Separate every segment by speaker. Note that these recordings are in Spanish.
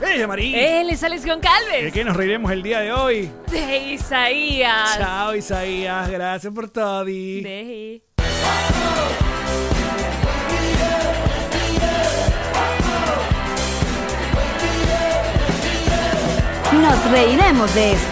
Speaker 1: Reyes, Marín.
Speaker 2: Él es Alex
Speaker 1: ¿De
Speaker 2: Goncalves.
Speaker 1: qué nos reiremos el día de hoy?
Speaker 2: De Isaías.
Speaker 1: Chao, Isaías. Gracias por todo.
Speaker 2: De...
Speaker 3: Nos reiremos de esto.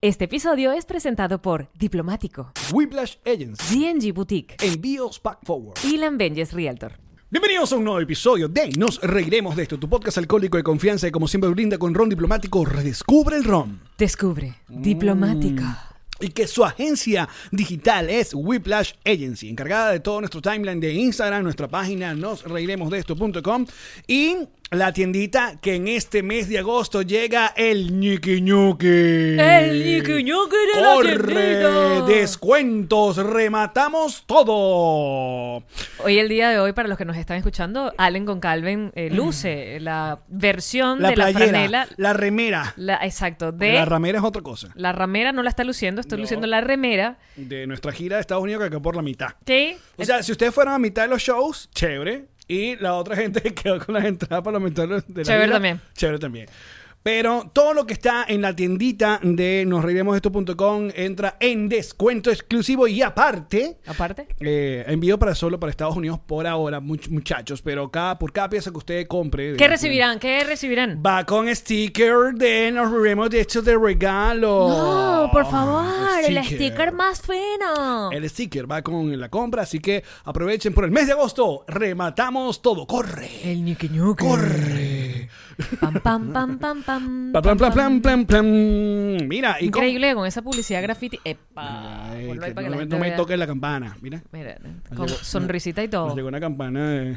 Speaker 2: Este episodio es presentado por Diplomático,
Speaker 1: Whiplash Agents.
Speaker 2: DNG Boutique
Speaker 1: Envíos Pack Forward.
Speaker 2: y Lambenges Realtor.
Speaker 1: Bienvenidos a un nuevo episodio de Nos Reiremos de esto, tu podcast alcohólico de confianza que como siempre brinda con ron diplomático, redescubre el ron.
Speaker 2: Descubre Diplomático.
Speaker 1: Y que su agencia digital es Whiplash Agency, encargada de todo nuestro timeline de Instagram, nuestra página nosreiremosdeesto.com y la tiendita que en este mes de agosto llega el ñiqui ñuqui.
Speaker 2: El ñiqui ñoqui de la
Speaker 1: ¡Corre!
Speaker 2: tiendita.
Speaker 1: ¡Descuentos! ¡Rematamos todo!
Speaker 2: Hoy, el día de hoy, para los que nos están escuchando, Allen Goncalven eh, luce la versión
Speaker 1: Mm. La
Speaker 2: de
Speaker 1: playera,
Speaker 2: la
Speaker 1: la,
Speaker 2: franela.
Speaker 1: remera.
Speaker 2: la- exacto, de
Speaker 1: La
Speaker 2: la,
Speaker 1: ramera es otra cosa.
Speaker 2: ramera no la está luciendo, está
Speaker 1: No.
Speaker 2: luciendo la remera.
Speaker 1: De nuestra gira de Estados Unidos que quedó por la mitad.
Speaker 2: Que
Speaker 1: O sea, si ustedes fueron a mitad de los shows, chévere. Y la otra gente que quedó con las entradas para la mitad de la
Speaker 2: Chévere
Speaker 1: gira,
Speaker 2: también.
Speaker 1: Chévere también. Pero todo lo que está en la tiendita de nosreiremosesto.com entra en descuento exclusivo y aparte...
Speaker 2: aparte,
Speaker 1: eh, envío para solo para Estados Unidos por ahora, much- muchachos, pero cada, por cada pieza que usted compre... de-
Speaker 2: ¿qué recibirán? ¿Qué recibirán?
Speaker 1: Va con sticker de Nos Reiremos de Esto de regalo.
Speaker 2: más fino.
Speaker 1: Oh, El sticker va con la compra, así que aprovechen por el mes de agosto. Rematamos todo. Corre.
Speaker 2: El ñiqui ñoqui.
Speaker 1: Corre.
Speaker 2: Pam, pam, pam, pam, pam.
Speaker 1: Plan, plan, plan, plan, plan, plan. Mira, y con-
Speaker 2: Mm. Increíble con esa publicidad graffiti. Epa.
Speaker 1: Ay,
Speaker 2: Ponlo ahí
Speaker 1: que
Speaker 2: para
Speaker 1: no,
Speaker 2: que la
Speaker 1: me-
Speaker 2: gente
Speaker 1: no me
Speaker 2: vea. Oh.
Speaker 1: toques la campana. Mira,
Speaker 2: Mira,
Speaker 1: Nos
Speaker 2: con
Speaker 1: llegó-
Speaker 2: sonrisita y
Speaker 1: nos
Speaker 2: todo.
Speaker 1: llegó una campana. de-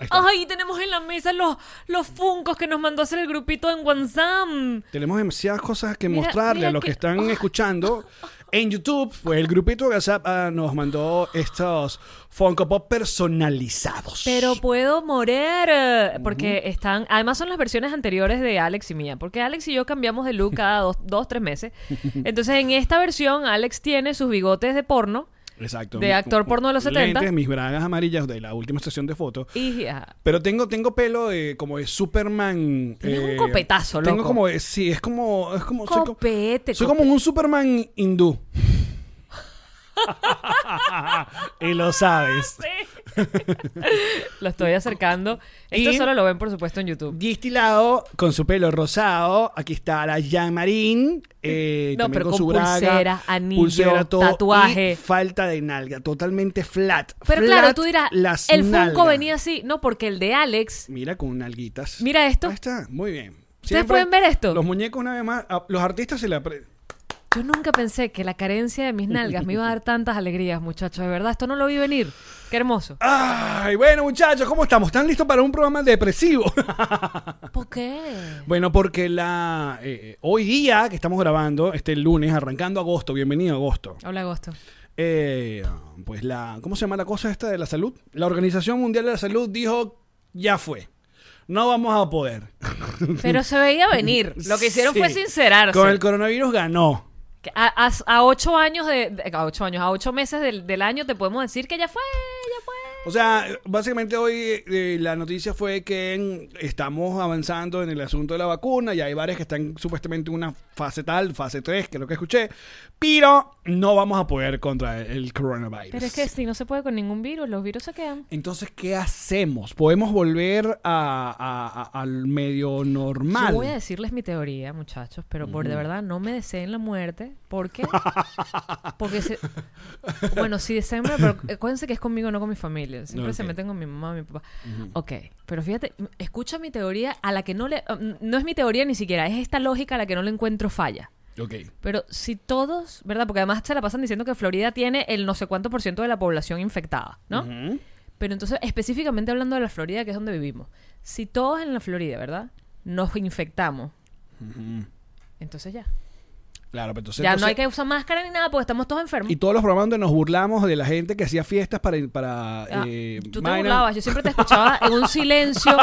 Speaker 1: Ahí está.
Speaker 2: Ay, tenemos en la mesa los, los funcos que nos mandó a hacer el grupito en WhatsApp.
Speaker 1: Tenemos demasiadas cosas que
Speaker 2: Mira,
Speaker 1: mostrarle a
Speaker 2: mira
Speaker 1: los que,
Speaker 2: que- Oh.
Speaker 1: están escuchando en YouTube. Pues el grupito de WhatsApp ah, nos mandó estos Funko Pop personalizados.
Speaker 2: Pero puedo morir. eh, Porque están. Además, son las versiones anteriores de Alex y mía. Porque Alex y yo cambiamos de look cada dos, dos tres meses. Entonces, en esta versión, Alex tiene sus bigotes de porno.
Speaker 1: Exacto.
Speaker 2: de actor porno de los 70.
Speaker 1: Lentes, mis bragas amarillas de la última estación de fotos.
Speaker 2: Y ah,
Speaker 1: Pero tengo, tengo pelo de, como de Superman. eh,
Speaker 2: Tienes un copetazo,
Speaker 1: Tengo
Speaker 2: loco.
Speaker 1: como, de- sí, es como, es como, soy co-
Speaker 2: Copete.
Speaker 1: Oh, soy
Speaker 2: copete.
Speaker 1: como un Superman hindú. y lo sabes.
Speaker 2: Lo estoy acercando. Esto
Speaker 1: Y-
Speaker 2: solo lo ven, por supuesto, en YouTube.
Speaker 1: Y este lado, con su pelo rosado, aquí está la Jean Marín. eh,
Speaker 2: No,
Speaker 1: también
Speaker 2: pero
Speaker 1: con,
Speaker 2: con
Speaker 1: su braga,
Speaker 2: pulsera, anillo,
Speaker 1: todo,
Speaker 2: tatuaje.
Speaker 1: y falta de nalga, totalmente flat.
Speaker 2: Pero
Speaker 1: Flat
Speaker 2: claro, tú dirás,
Speaker 1: las
Speaker 2: el Funko
Speaker 1: nalgas.
Speaker 2: venía así. No, porque el de Alex.
Speaker 1: Mira, con nalguitas.
Speaker 2: Mira esto.
Speaker 1: Ahí está, muy bien.
Speaker 2: ¿Ustedes pueden ver esto?
Speaker 1: Los muñecos, una vez más, a- los artistas se le apre-
Speaker 2: Yo nunca pensé que la carencia de mis nalgas me iba a dar tantas alegrías, muchachos. De verdad, esto no lo vi venir. Qué hermoso.
Speaker 1: Ay, bueno, muchachos, ¿cómo estamos? ¿Están listos para un programa depresivo?
Speaker 2: ¿Por qué?
Speaker 1: bueno, porque la eh, eh, hoy día que estamos grabando, este lunes, arrancando agosto, bienvenido a agosto.
Speaker 2: Hola, Agosto.
Speaker 1: Eh, pues la, ¿cómo se llama la cosa esta de la salud? La Organización Mundial de la Salud dijo, ya fue, no vamos a poder.
Speaker 2: Pero se veía venir. Lo que hicieron fue
Speaker 1: Sí.
Speaker 2: sincerarse.
Speaker 1: Con el coronavirus ganó.
Speaker 2: Que A, a- a ocho años de, de- A ocho años, a ocho meses del, del año te podemos decir que ya fue, ya fue.
Speaker 1: O sea, básicamente hoy eh, la noticia fue que en- estamos avanzando en el asunto de la vacuna y hay varias que están supuestamente en una fase tal, fase 3, que es lo que escuché, pero no vamos a poder contra el coronavirus.
Speaker 2: Pero es que si no se puede con ningún virus, los virus se quedan.
Speaker 1: Entonces, ¿qué hacemos? ¿Podemos volver a- a- a- al medio normal?
Speaker 2: Yo voy a decirles mi teoría, muchachos, pero por de verdad no me deseen la muerte porque porque se- bueno, sí deseen, pero acuérdense que es conmigo, no con mi familia. Siempre se
Speaker 1: Ok.
Speaker 2: meten con mi mamá, mi papá. Ok, pero fíjate, m- escucha mi teoría a la que no le um, no es mi teoría ni siquiera, es esta lógica a la que no le encuentro falla.
Speaker 1: Ok.
Speaker 2: Pero si todos, ¿verdad? Porque además se la pasan diciendo que Florida tiene el no sé cuánto por ciento de la población infectada, ¿no?
Speaker 1: Ujú.
Speaker 2: Pero entonces, específicamente hablando de la Florida, que es donde vivimos, si todos en la Florida, ¿verdad? Nos infectamos, entonces ya.
Speaker 1: Mm. Claro, pero entonces...
Speaker 2: Ya no
Speaker 1: entonces-
Speaker 2: hay que usar máscara ni nada porque estamos todos enfermos.
Speaker 1: Y todos los programas donde nos burlamos de la gente que hacía fiestas para... para
Speaker 2: Ah,
Speaker 1: eh,
Speaker 2: tú te
Speaker 1: vainas.
Speaker 2: burlabas, yo siempre te escuchaba en un silencio,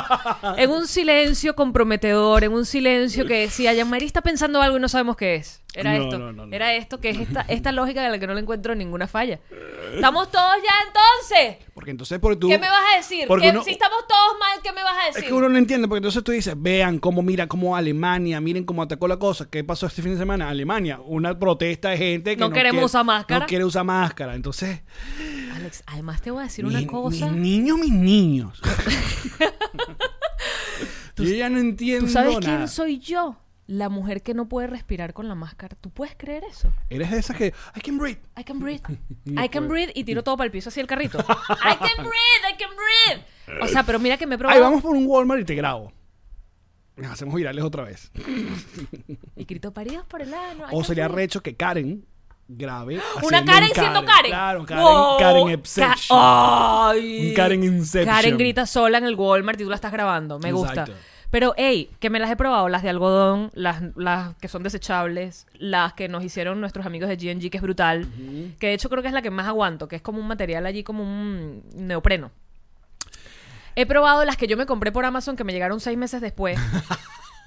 Speaker 2: en un silencio comprometedor, en un silencio que decía, Yanmari está pensando algo y no sabemos qué es. Era
Speaker 1: No,
Speaker 2: esto,
Speaker 1: no, no, no.
Speaker 2: era esto, que es esta, esta lógica de la que no le encuentro ninguna falla. Estamos todos ya entonces.
Speaker 1: Porque entonces por tú...
Speaker 2: ¿Qué me vas a decir?
Speaker 1: Porque
Speaker 2: Que
Speaker 1: uno-
Speaker 2: si estamos todos mal, ¿qué me vas a decir?
Speaker 1: Es que uno no entiende, porque entonces tú dices, vean cómo mira cómo Alemania, miren cómo atacó la cosa. ¿Qué pasó este fin de semana? Alemania, una protesta de gente que
Speaker 2: No queremos
Speaker 1: quiere-
Speaker 2: usar máscara.
Speaker 1: No quiere usar máscara. Entonces,
Speaker 2: Alex, además te voy a decir una
Speaker 1: mis-
Speaker 2: cosa.
Speaker 1: Mis niños, mis niños. Yo ya no entiendo
Speaker 2: ¿Tú
Speaker 1: nada.
Speaker 2: sabes quién soy yo? La mujer que no puede respirar con la máscara. ¿Tú puedes creer eso?
Speaker 1: Eres de esas que, I can breathe.
Speaker 2: I can breathe. I can breathe y tiro todo para el piso así el carrito. I can breathe, I can breathe. O sea, pero mira que me he probado
Speaker 1: Ay, vamos por un Walmart y te grabo. Nos hacemos virales otra vez.
Speaker 2: y grito paridos por el ano.
Speaker 1: O
Speaker 2: I can
Speaker 1: Oh, sería
Speaker 2: breathe".
Speaker 1: recho que Karen grabe.
Speaker 2: Una
Speaker 1: haciendo
Speaker 2: Karen
Speaker 1: un
Speaker 2: siendo Karen.
Speaker 1: Claro, Karen,
Speaker 2: Wow.
Speaker 1: Karen Epstein.
Speaker 2: Ca- Ay.
Speaker 1: Un Karen Inception.
Speaker 2: Karen grita sola en el Walmart y tú la estás grabando. Me gusta.
Speaker 1: Exacto.
Speaker 2: Pero, hey, que me las he probado, las de algodón, las, las que son desechables, las que nos hicieron nuestros amigos de GNG, que es brutal, que de hecho creo que es la que más aguanto, que es como un material allí, como un neopreno. He probado las que yo me compré por Amazon, que me llegaron seis meses después.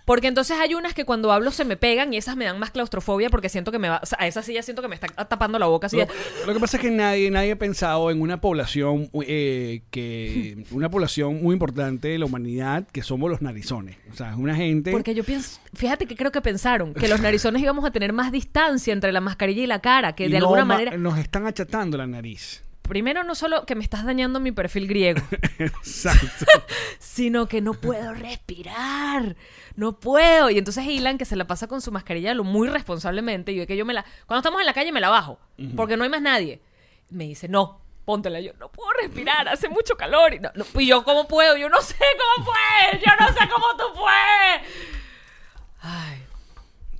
Speaker 2: Porque entonces hay unas que cuando hablo se me pegan y esas me dan más claustrofobia porque siento que me va. O sea, a esas sí ya siento que me está tapando la boca. Así
Speaker 1: Lo,
Speaker 2: de-
Speaker 1: lo que pasa es que nadie, nadie ha pensado en una población eh, que una población muy importante de la humanidad que somos los narizones. O sea, es una gente.
Speaker 2: Porque yo pienso, fíjate que creo que pensaron que los narizones íbamos a tener más distancia entre la mascarilla y la cara, que
Speaker 1: y
Speaker 2: de
Speaker 1: no
Speaker 2: alguna
Speaker 1: ma-
Speaker 2: manera...
Speaker 1: nos están achatando la nariz.
Speaker 2: Primero, no solo que me estás dañando mi perfil griego,
Speaker 1: Exacto.
Speaker 2: sino que no puedo respirar, no puedo. Y entonces Ilan, que se la pasa con su mascarilla lo muy responsablemente, y yo que yo me la... Cuando estamos en la calle me la bajo, porque no hay más nadie. Me dice, no, póntela. Yo, no puedo respirar, hace mucho calor. Y, no- no- y yo, ¿cómo puedo? Yo no sé cómo puedes, yo no sé cómo tú puedes. Ay,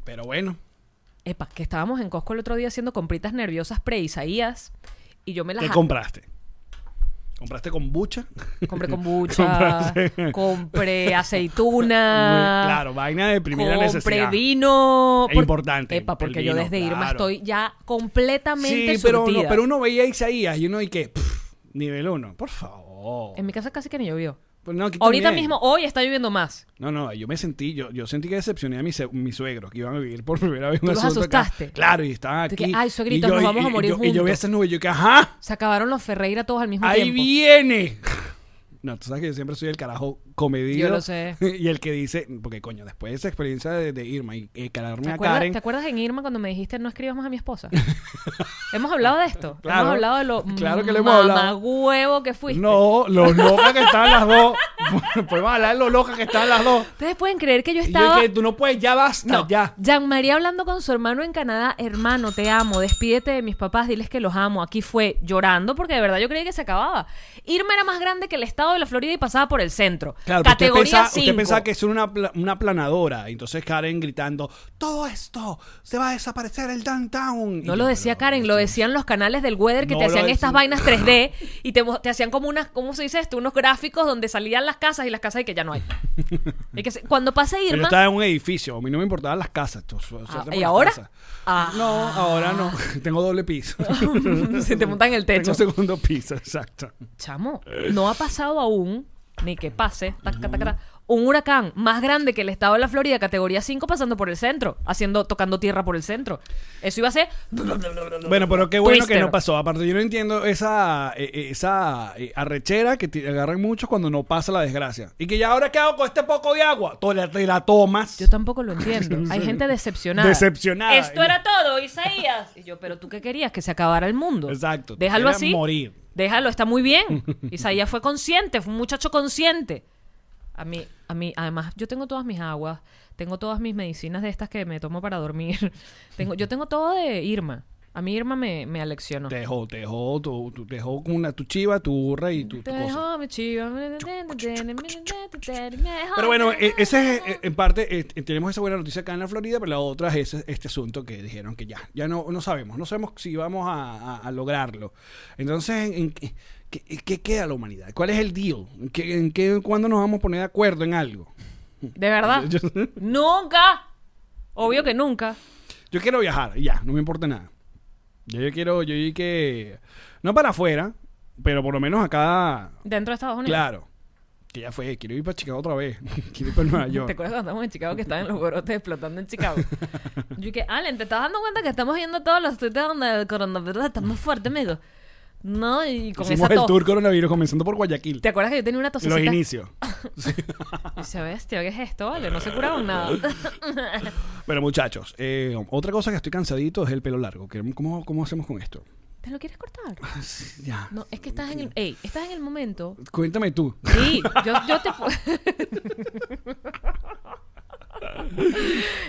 Speaker 1: Pero bueno,
Speaker 2: Epa, que estábamos en Costco el otro día haciendo compritas nerviosas pre-Isaías y yo me las
Speaker 1: ¿qué compraste? ¿Kompraste kombucha?
Speaker 2: compré kombucha, compré aceituna,
Speaker 1: claro, vaina de primera
Speaker 2: Ah, compré
Speaker 1: necesidad.
Speaker 2: vino.
Speaker 1: Es importante,
Speaker 2: Epa, porque
Speaker 1: el
Speaker 2: yo
Speaker 1: vino,
Speaker 2: desde Irma
Speaker 1: claro.
Speaker 2: estoy ya completamente
Speaker 1: Sí, pero uno,
Speaker 2: surtida.
Speaker 1: pero uno veía a Isaías y uno y que, pff, nivel 1, por favor.
Speaker 2: En mi casa casi que ni llovió.
Speaker 1: Pues no, aquí
Speaker 2: Ahorita
Speaker 1: también.
Speaker 2: mismo, hoy está lloviendo más.
Speaker 1: No, no, yo me sentí, yo, yo sentí que decepcioné a mis se- mis suegros que iban a vivir por primera vez un
Speaker 2: Tú los
Speaker 1: asunto acá.
Speaker 2: asustaste.
Speaker 1: Claro, y estaban
Speaker 2: Tú
Speaker 1: aquí.
Speaker 2: que, ay, suegritos,
Speaker 1: y yo-
Speaker 2: nos vamos
Speaker 1: y-
Speaker 2: a
Speaker 1: y
Speaker 2: morir
Speaker 1: yo- Y yo vi
Speaker 2: juntos.
Speaker 1: esas nubes, yo que, ajá,
Speaker 2: Se acabaron los Ferreira todos al mismo
Speaker 1: ahí
Speaker 2: tiempo.
Speaker 1: viene. No, tú sabes que yo siempre soy el carajo comedido.
Speaker 2: Yo lo sé.
Speaker 1: Y el que dice, porque coño, después de esa experiencia de, de Irma y eh, calarme
Speaker 2: ¿Te
Speaker 1: a
Speaker 2: acuerdas,
Speaker 1: Karen.
Speaker 2: te acuerdas en Irma cuando me dijiste no escribas más a mi esposa? hemos hablado de esto.
Speaker 1: Claro,
Speaker 2: hemos hablado de lo
Speaker 1: claro que lo hemos hablado.
Speaker 2: mamagüevo que fuiste.
Speaker 1: No, lo loca que estaban las dos. Podemos hablar de lo loca que estaban las dos.
Speaker 2: Ustedes pueden creer que yo
Speaker 1: Y yo
Speaker 2: estaba.
Speaker 1: dije, tú no puedes, ya basta,
Speaker 2: No,
Speaker 1: ya.
Speaker 2: Jean María hablando con su hermano en Canadá, hermano, te amo, despídete de mis papás, diles que los amo. Aquí fue llorando porque de verdad yo creía que se acababa. Irma era más grande que el estado de la Florida y pasaba por el centro.
Speaker 1: Claro, pero usted
Speaker 2: Categoría
Speaker 1: pensaba, usted
Speaker 2: 5.
Speaker 1: pensaba que es una, pla- una planadora. Entonces Karen gritando, todo esto se va a desaparecer el downtown. Y
Speaker 2: No
Speaker 1: yo,
Speaker 2: lo decía
Speaker 1: pero,
Speaker 2: Karen, lo decían los canales del weather que
Speaker 1: No
Speaker 2: te
Speaker 1: lo
Speaker 2: hacían
Speaker 1: decía.
Speaker 2: estas vainas 3D y te, mo- te hacían como unas, ¿cómo se dice esto? Unos gráficos donde salían las casas y las casas y que ya no hay. Y que se- cuando pasa
Speaker 1: Pero yo
Speaker 2: Irma...
Speaker 1: estaba en un edificio, a mí no me importaban las casas. tú, su-
Speaker 2: Ah,
Speaker 1: suerte por
Speaker 2: ¿Y
Speaker 1: las
Speaker 2: ahora?
Speaker 1: casas.
Speaker 2: Ah.
Speaker 1: No, ahora no. Tengo doble piso.
Speaker 2: se te monta en el techo.
Speaker 1: Tengo segundo piso, exacto.
Speaker 2: Chamo,
Speaker 1: Eh.
Speaker 2: no ha pasado aún, ni que pase, tac, tac, tac, tac, un huracán más grande que el estado de la Florida, categoría 5, pasando por el centro, haciendo, tocando tierra por el centro. Eso iba a ser.
Speaker 1: Bueno, pero qué bueno que
Speaker 2: Twister.
Speaker 1: no pasó. Aparte, yo no entiendo esa, eh, eh, esa eh, arrechera que te agarran muchos cuando no pasa la desgracia. Y que ya ahora qué hago con este poco de agua. Tú la- Te la tomas.
Speaker 2: Yo tampoco lo entiendo. Hay gente decepcionada.
Speaker 1: Decepcionada.
Speaker 2: Esto era todo, Isaías. Y yo, pero tú qué querías, que se acabara el mundo.
Speaker 1: Exacto.
Speaker 2: Déjalo
Speaker 1: Era
Speaker 2: así.
Speaker 1: morir.
Speaker 2: Déjalo, está muy bien. Isaías fue consciente, fue un muchacho consciente. A mí, a mí, además, yo tengo todas mis aguas, tengo todas mis medicinas de estas que me tomo para dormir. tengo, yo tengo todo de Irma. A mí Irma me, me aleccionó.
Speaker 1: Te dejó, te dejó, tu, tu- te dejó con una, tu chiva, tu burra y tu, tu
Speaker 2: Te
Speaker 1: cosa.
Speaker 2: dejó mi chiva. me dejó-
Speaker 1: Pero bueno, e- ese es, eh, en parte, eh, tenemos esa buena noticia acá en la Florida, pero la otra es ese- este asunto que dijeron que ya, ya no, no sabemos, no sabemos si vamos a, a- a lograrlo. Entonces, ¿en qué, qué- qué queda la humanidad? ¿Cuál es el deal? ¿En qué, en qué- ¿Cuándo nos vamos a poner de acuerdo en algo?
Speaker 2: De verdad.
Speaker 1: Yo,
Speaker 2: Nunca. Obvio que nunca.
Speaker 1: yo quiero viajar, ya, no me importa nada. Yo, yo quiero, yo, yo que, no para afuera, pero por lo menos acá
Speaker 2: Dentro de Estados Unidos.
Speaker 1: Claro. Que ya fue, quiero ir para Chicago otra vez. quiero ir para Nueva
Speaker 2: ¿Te
Speaker 1: York.
Speaker 2: acuerdas cuando estábamos en Chicago que estaban los gorotes explotando en Chicago? Yo que, Allen, ¿te estás dando cuenta que estamos viendo todos los tweets donde el coronavirus está más fuerte, amigo? No, y con
Speaker 1: Hicimos
Speaker 2: esa
Speaker 1: el
Speaker 2: tos.
Speaker 1: tour coronavirus comenzando por Guayaquil.
Speaker 2: ¿Te acuerdas que yo tenía una tosecita?
Speaker 1: Los inicios. Sí.
Speaker 2: Y dice, bestia, ¿qué es esto? Vale, no se curaron nada.
Speaker 1: Pero muchachos, eh, otra cosa que estoy cansadito es el pelo largo. ¿Qué- ¿Cómo, cómo hacemos con esto?
Speaker 2: ¿Te lo quieres cortar?
Speaker 1: Ya.
Speaker 2: No, es que estás en el... Ey, estás en el momento.
Speaker 1: Cuéntame tú.
Speaker 2: Sí, yo, yo te puedo...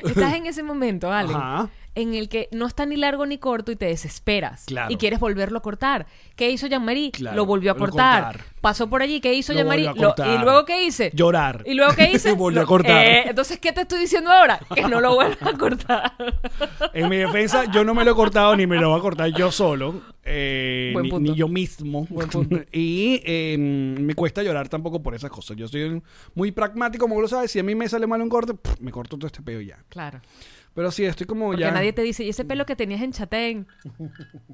Speaker 2: estás en ese momento, Ale.
Speaker 1: Ajá.
Speaker 2: En el que no está ni largo ni corto y te desesperas.
Speaker 1: Claro.
Speaker 2: Y quieres volverlo a cortar. ¿Qué hizo Jean-Marie?
Speaker 1: Claro,
Speaker 2: lo volvió a
Speaker 1: lo
Speaker 2: cortar.
Speaker 1: cortar.
Speaker 2: Pasó por allí. ¿Qué hizo
Speaker 1: Lo
Speaker 2: Jean-Marie?
Speaker 1: volvió a
Speaker 2: Lo- ¿Y
Speaker 1: cortar.
Speaker 2: luego qué hice?
Speaker 1: Llorar.
Speaker 2: ¿Y luego qué hice?
Speaker 1: Volvió a
Speaker 2: Lo-
Speaker 1: cortar.
Speaker 2: Eh, entonces, ¿qué te estoy diciendo ahora? Que no lo vuelvas a cortar.
Speaker 1: En mi defensa, yo no me lo he cortado ni me lo voy a cortar yo solo. eh,
Speaker 2: Buen
Speaker 1: ni,
Speaker 2: punto.
Speaker 1: ni yo mismo. y eh, me cuesta llorar tampoco por esas cosas. Yo soy un- muy pragmático, como lo sabes. Si a mí me sale mal un corte, pff, me corto todo este pedo y ya.
Speaker 2: Claro.
Speaker 1: Pero sí, estoy como
Speaker 2: Porque
Speaker 1: ya.
Speaker 2: nadie te dice, y ese pelo que tenías en chatén.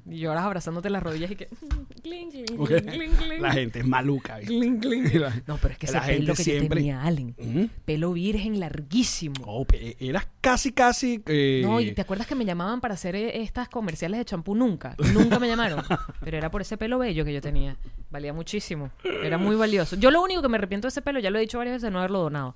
Speaker 2: Y lloras abrazándote las rodillas y que. clink, clink,
Speaker 1: Ok.
Speaker 2: clink, clink, clink.
Speaker 1: La gente es maluca. ¿viste?
Speaker 2: Clink, clink.
Speaker 1: Y la-
Speaker 2: No, pero es que ese
Speaker 1: la gente
Speaker 2: pelo que yo
Speaker 1: siempre- ¿Mm?
Speaker 2: tenía, Allen.
Speaker 1: Ujú.
Speaker 2: Pelo virgen larguísimo.
Speaker 1: Oh, pe- eras casi, casi. eh,
Speaker 2: No, y te acuerdas que me llamaban para hacer eh, estas comerciales de champú nunca. Nunca me llamaron. Pero era por ese pelo bello que yo tenía. Valía muchísimo. Era muy valioso. Yo lo único que me arrepiento de ese pelo, ya lo he dicho varias veces, es no haberlo donado.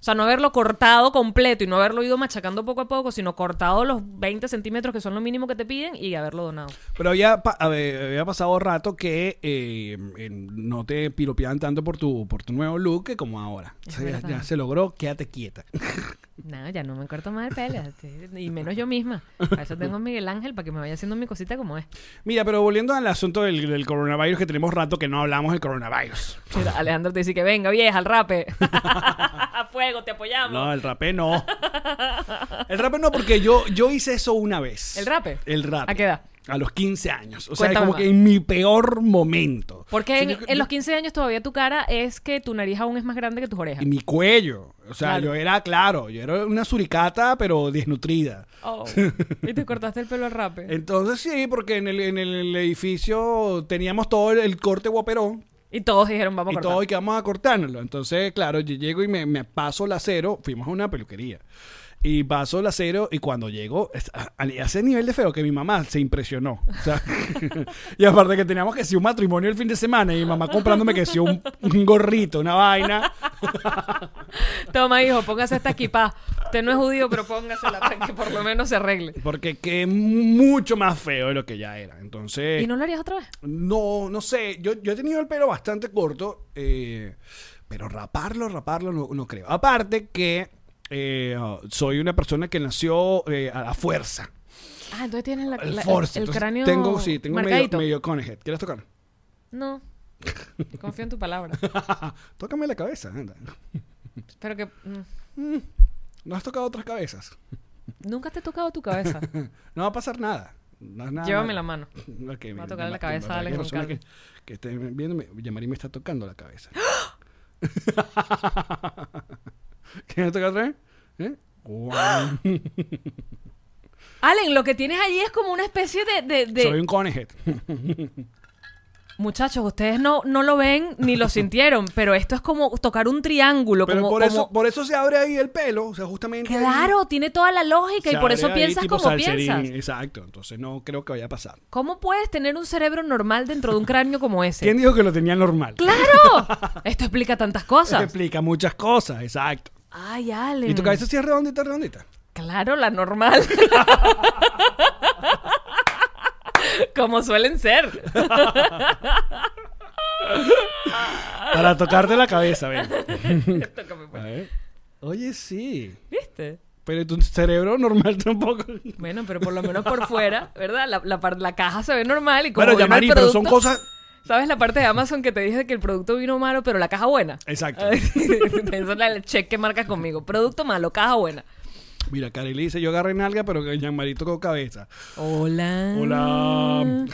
Speaker 2: O sea, no haberlo cortado completo y no haberlo ido machacando poco a poco, sino cortado los 20 centímetros que son lo mínimo que te piden y haberlo donado.
Speaker 1: Pero había, pa- a ver, había pasado rato que eh, en- no te piropeaban tanto por tu, por tu nuevo look que como ahora. O
Speaker 2: Es
Speaker 1: sea, ya,
Speaker 2: verdad.
Speaker 1: ya se logró, quédate quieta.
Speaker 2: No, ya no me corto más el pelo. Y menos yo misma. Para eso tengo a Miguel Ángel para que me vaya haciendo mi cosita como es.
Speaker 1: Mira, pero volviendo al asunto del, del coronavirus, que tenemos rato que no hablamos del coronavirus.
Speaker 2: Mira, Alejandro te dice que venga, vieja, al rape. a fuego, te apoyamos.
Speaker 1: No, el rapé no. El rapé no, porque yo, yo hice eso una vez.
Speaker 2: ¿El rape?
Speaker 1: El rapé.
Speaker 2: ¿A qué edad?
Speaker 1: A los 15 años. O sea,
Speaker 2: Cuéntame
Speaker 1: como
Speaker 2: más.
Speaker 1: que en mi peor momento.
Speaker 2: Porque
Speaker 1: Sí,
Speaker 2: en,
Speaker 1: yo-
Speaker 2: en los 15 años todavía tu cara es que tu nariz aún es más grande que tus orejas.
Speaker 1: y mi cuello. O sea,
Speaker 2: Claro.
Speaker 1: yo era, claro, yo era una suricata, pero desnutrida.
Speaker 2: Oh. y te cortaste el pelo al rape.
Speaker 1: Entonces sí, porque en el, en el edificio teníamos todo el, el corte guaperón
Speaker 2: Y todos dijeron, vamos
Speaker 1: y
Speaker 2: a
Speaker 1: todo,
Speaker 2: cortar.
Speaker 1: y que vamos a cortárnoslo. Entonces, claro, yo llego y me, me paso el acero. Fuimos a una peluquería. Y paso el acero y cuando llego, es- a, a ese nivel de feo que mi mamá se impresionó. O sea, y aparte que teníamos que si un matrimonio el fin de semana y mi mamá comprándome que si un, un gorrito, una vaina.
Speaker 2: Toma, hijo, póngase esta equipa. Usted no es judío, pero póngasela para que por lo menos se arregle.
Speaker 1: Porque que mucho más feo de lo que ya era. Entonces...
Speaker 2: ¿Y no lo harías otra vez?
Speaker 1: No, no sé. Yo, yo he tenido el pelo bastante corto, eh, pero raparlo, raparlo, no, no creo. Aparte que eh, oh, soy una persona que nació eh, a la fuerza.
Speaker 2: Ah, entonces tienes la,
Speaker 1: El
Speaker 2: la-
Speaker 1: force.
Speaker 2: el
Speaker 1: Entonces,
Speaker 2: cráneo
Speaker 1: Tengo, sí, tengo medio,
Speaker 2: marcadito.
Speaker 1: medio conejet. ¿Quieres tocar?
Speaker 2: No. Confío en tu palabra.
Speaker 1: Tócame la cabeza, anda.
Speaker 2: Pero que mm,
Speaker 1: No has tocado otras cabezas.
Speaker 2: nunca te he tocado tu cabeza.
Speaker 1: No va a pasar nada. No es nada
Speaker 2: Llévame
Speaker 1: malo.
Speaker 2: la mano.
Speaker 1: Ok,
Speaker 2: Va
Speaker 1: mira,
Speaker 2: a tocar
Speaker 1: Yamari-
Speaker 2: la cabeza
Speaker 1: para
Speaker 2: a Alex
Speaker 1: aquellas
Speaker 2: con
Speaker 1: personas que, que estén viéndome, Yamari me está tocando la cabeza. ¿Quieres tocar otra vez? ¿Eh? Guau.
Speaker 2: Allen, lo que tienes allí es como una especie de... de- de-
Speaker 1: Soy un conejet.
Speaker 2: Muchachos, ustedes no, no lo ven ni lo sintieron, pero esto es como tocar un triángulo.
Speaker 1: Pero
Speaker 2: como,
Speaker 1: por, eso,
Speaker 2: como-
Speaker 1: por eso se abre ahí el pelo, o sea, justamente. ahí
Speaker 2: Claro, tiene toda la
Speaker 1: se
Speaker 2: lógica y por
Speaker 1: abre
Speaker 2: eso
Speaker 1: ahí
Speaker 2: piensas
Speaker 1: tipo
Speaker 2: como
Speaker 1: salserín.
Speaker 2: piensas.
Speaker 1: Exacto, entonces no creo que vaya a pasar.
Speaker 2: ¿Cómo puedes tener un cerebro normal dentro de un cráneo como ese?
Speaker 1: ¿Quién dijo que lo tenía normal?
Speaker 2: ¡Claro! Esto explica tantas
Speaker 1: Eso
Speaker 2: cosas.
Speaker 1: explica muchas cosas, exacto.
Speaker 2: Ay, Allen.
Speaker 1: ¿Y tu cabeza sí es redondita, redondita?
Speaker 2: Claro, la normal. como suelen ser. Ah.
Speaker 1: Para tocarte la cabeza, a ver.
Speaker 2: Tócame,
Speaker 1: A
Speaker 2: pues.
Speaker 1: ver. Oye, sí.
Speaker 2: ¿Viste?
Speaker 1: Pero tu cerebro normal tampoco.
Speaker 2: Bueno, pero por lo menos por fuera, ¿verdad? La, la, par- la caja se ve normal y como
Speaker 1: Bueno,
Speaker 2: vino el
Speaker 1: Yamari, pero son
Speaker 2: producto-
Speaker 1: cosas.
Speaker 2: ¿Sabes la parte de Amazon que te dije que el producto vino malo, pero la caja buena?
Speaker 1: Exacto.
Speaker 2: Eso es el check que marcas conmigo. Producto malo, caja buena.
Speaker 1: Mira, Kareli dice: Yo agarré nalga, pero que Yamari tocó cabeza.
Speaker 2: Hola.
Speaker 1: Hola.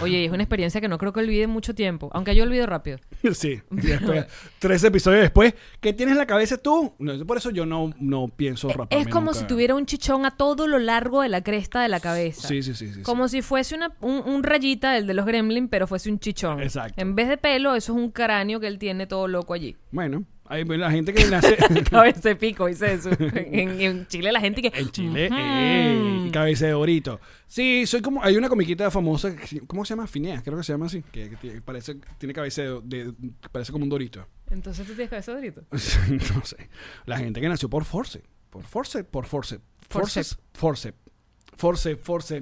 Speaker 2: Oye, es una experiencia que no creo que olvide en mucho tiempo, aunque yo olvido rápido.
Speaker 1: Sí, y después, tres episodios después, ¿qué tienes en la cabeza tú? No, por eso yo no, no pienso raparme
Speaker 2: E, es como
Speaker 1: nunca.
Speaker 2: si tuviera un chichón a todo lo largo de la cresta de la cabeza.
Speaker 1: Sí, sí, sí. sí, sí.
Speaker 2: Como si fuese una, un, un rayita, el de los gremlins, pero fuese un chichón.
Speaker 1: Exacto.
Speaker 2: En vez de pelo, eso es un cráneo que él tiene todo loco allí.
Speaker 1: Bueno, Hay la gente que nace.
Speaker 2: Cabece pico, dice eso. En, en Chile la gente que.
Speaker 1: En Chile, ey, cabeza de orito. Sí, soy como. Hay una comiquita famosa. que- ¿Cómo se llama? Finea, creo que se llama así. Que, que tiene- parece, tiene cabeza de, de- Parece como un dorito.
Speaker 2: Entonces tú tienes cabeza de grito.
Speaker 1: no sé. La gente que nació por force. Por force, por force. Forces. Force. Force, force.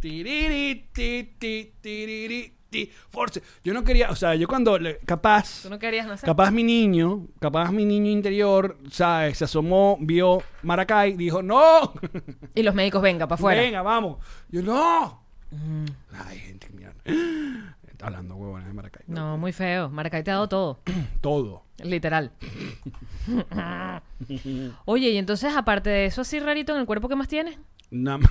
Speaker 1: Tiriri, ti, ti, tiriri, ti, Force. Yo no quería. O sea, yo cuando. le- capaz.
Speaker 2: Tú no querías nacer.
Speaker 1: Capaz mi niño, capaz mi niño interior, ¿sabes? Se asomó, vio Maracay, dijo, ¡No!
Speaker 2: Y los médicos, venga, para afuera.
Speaker 1: Venga, vamos. Yo, ¡No!
Speaker 2: Mm.
Speaker 1: Ay, gente, mira. Está hablando huevones de Maracay.
Speaker 2: No, muy feo. Maracay te ha dado todo.
Speaker 1: Todo.
Speaker 2: Literal. Oye, y entonces, aparte de eso, así rarito en el cuerpo, ¿qué más tienes?
Speaker 1: Nada más.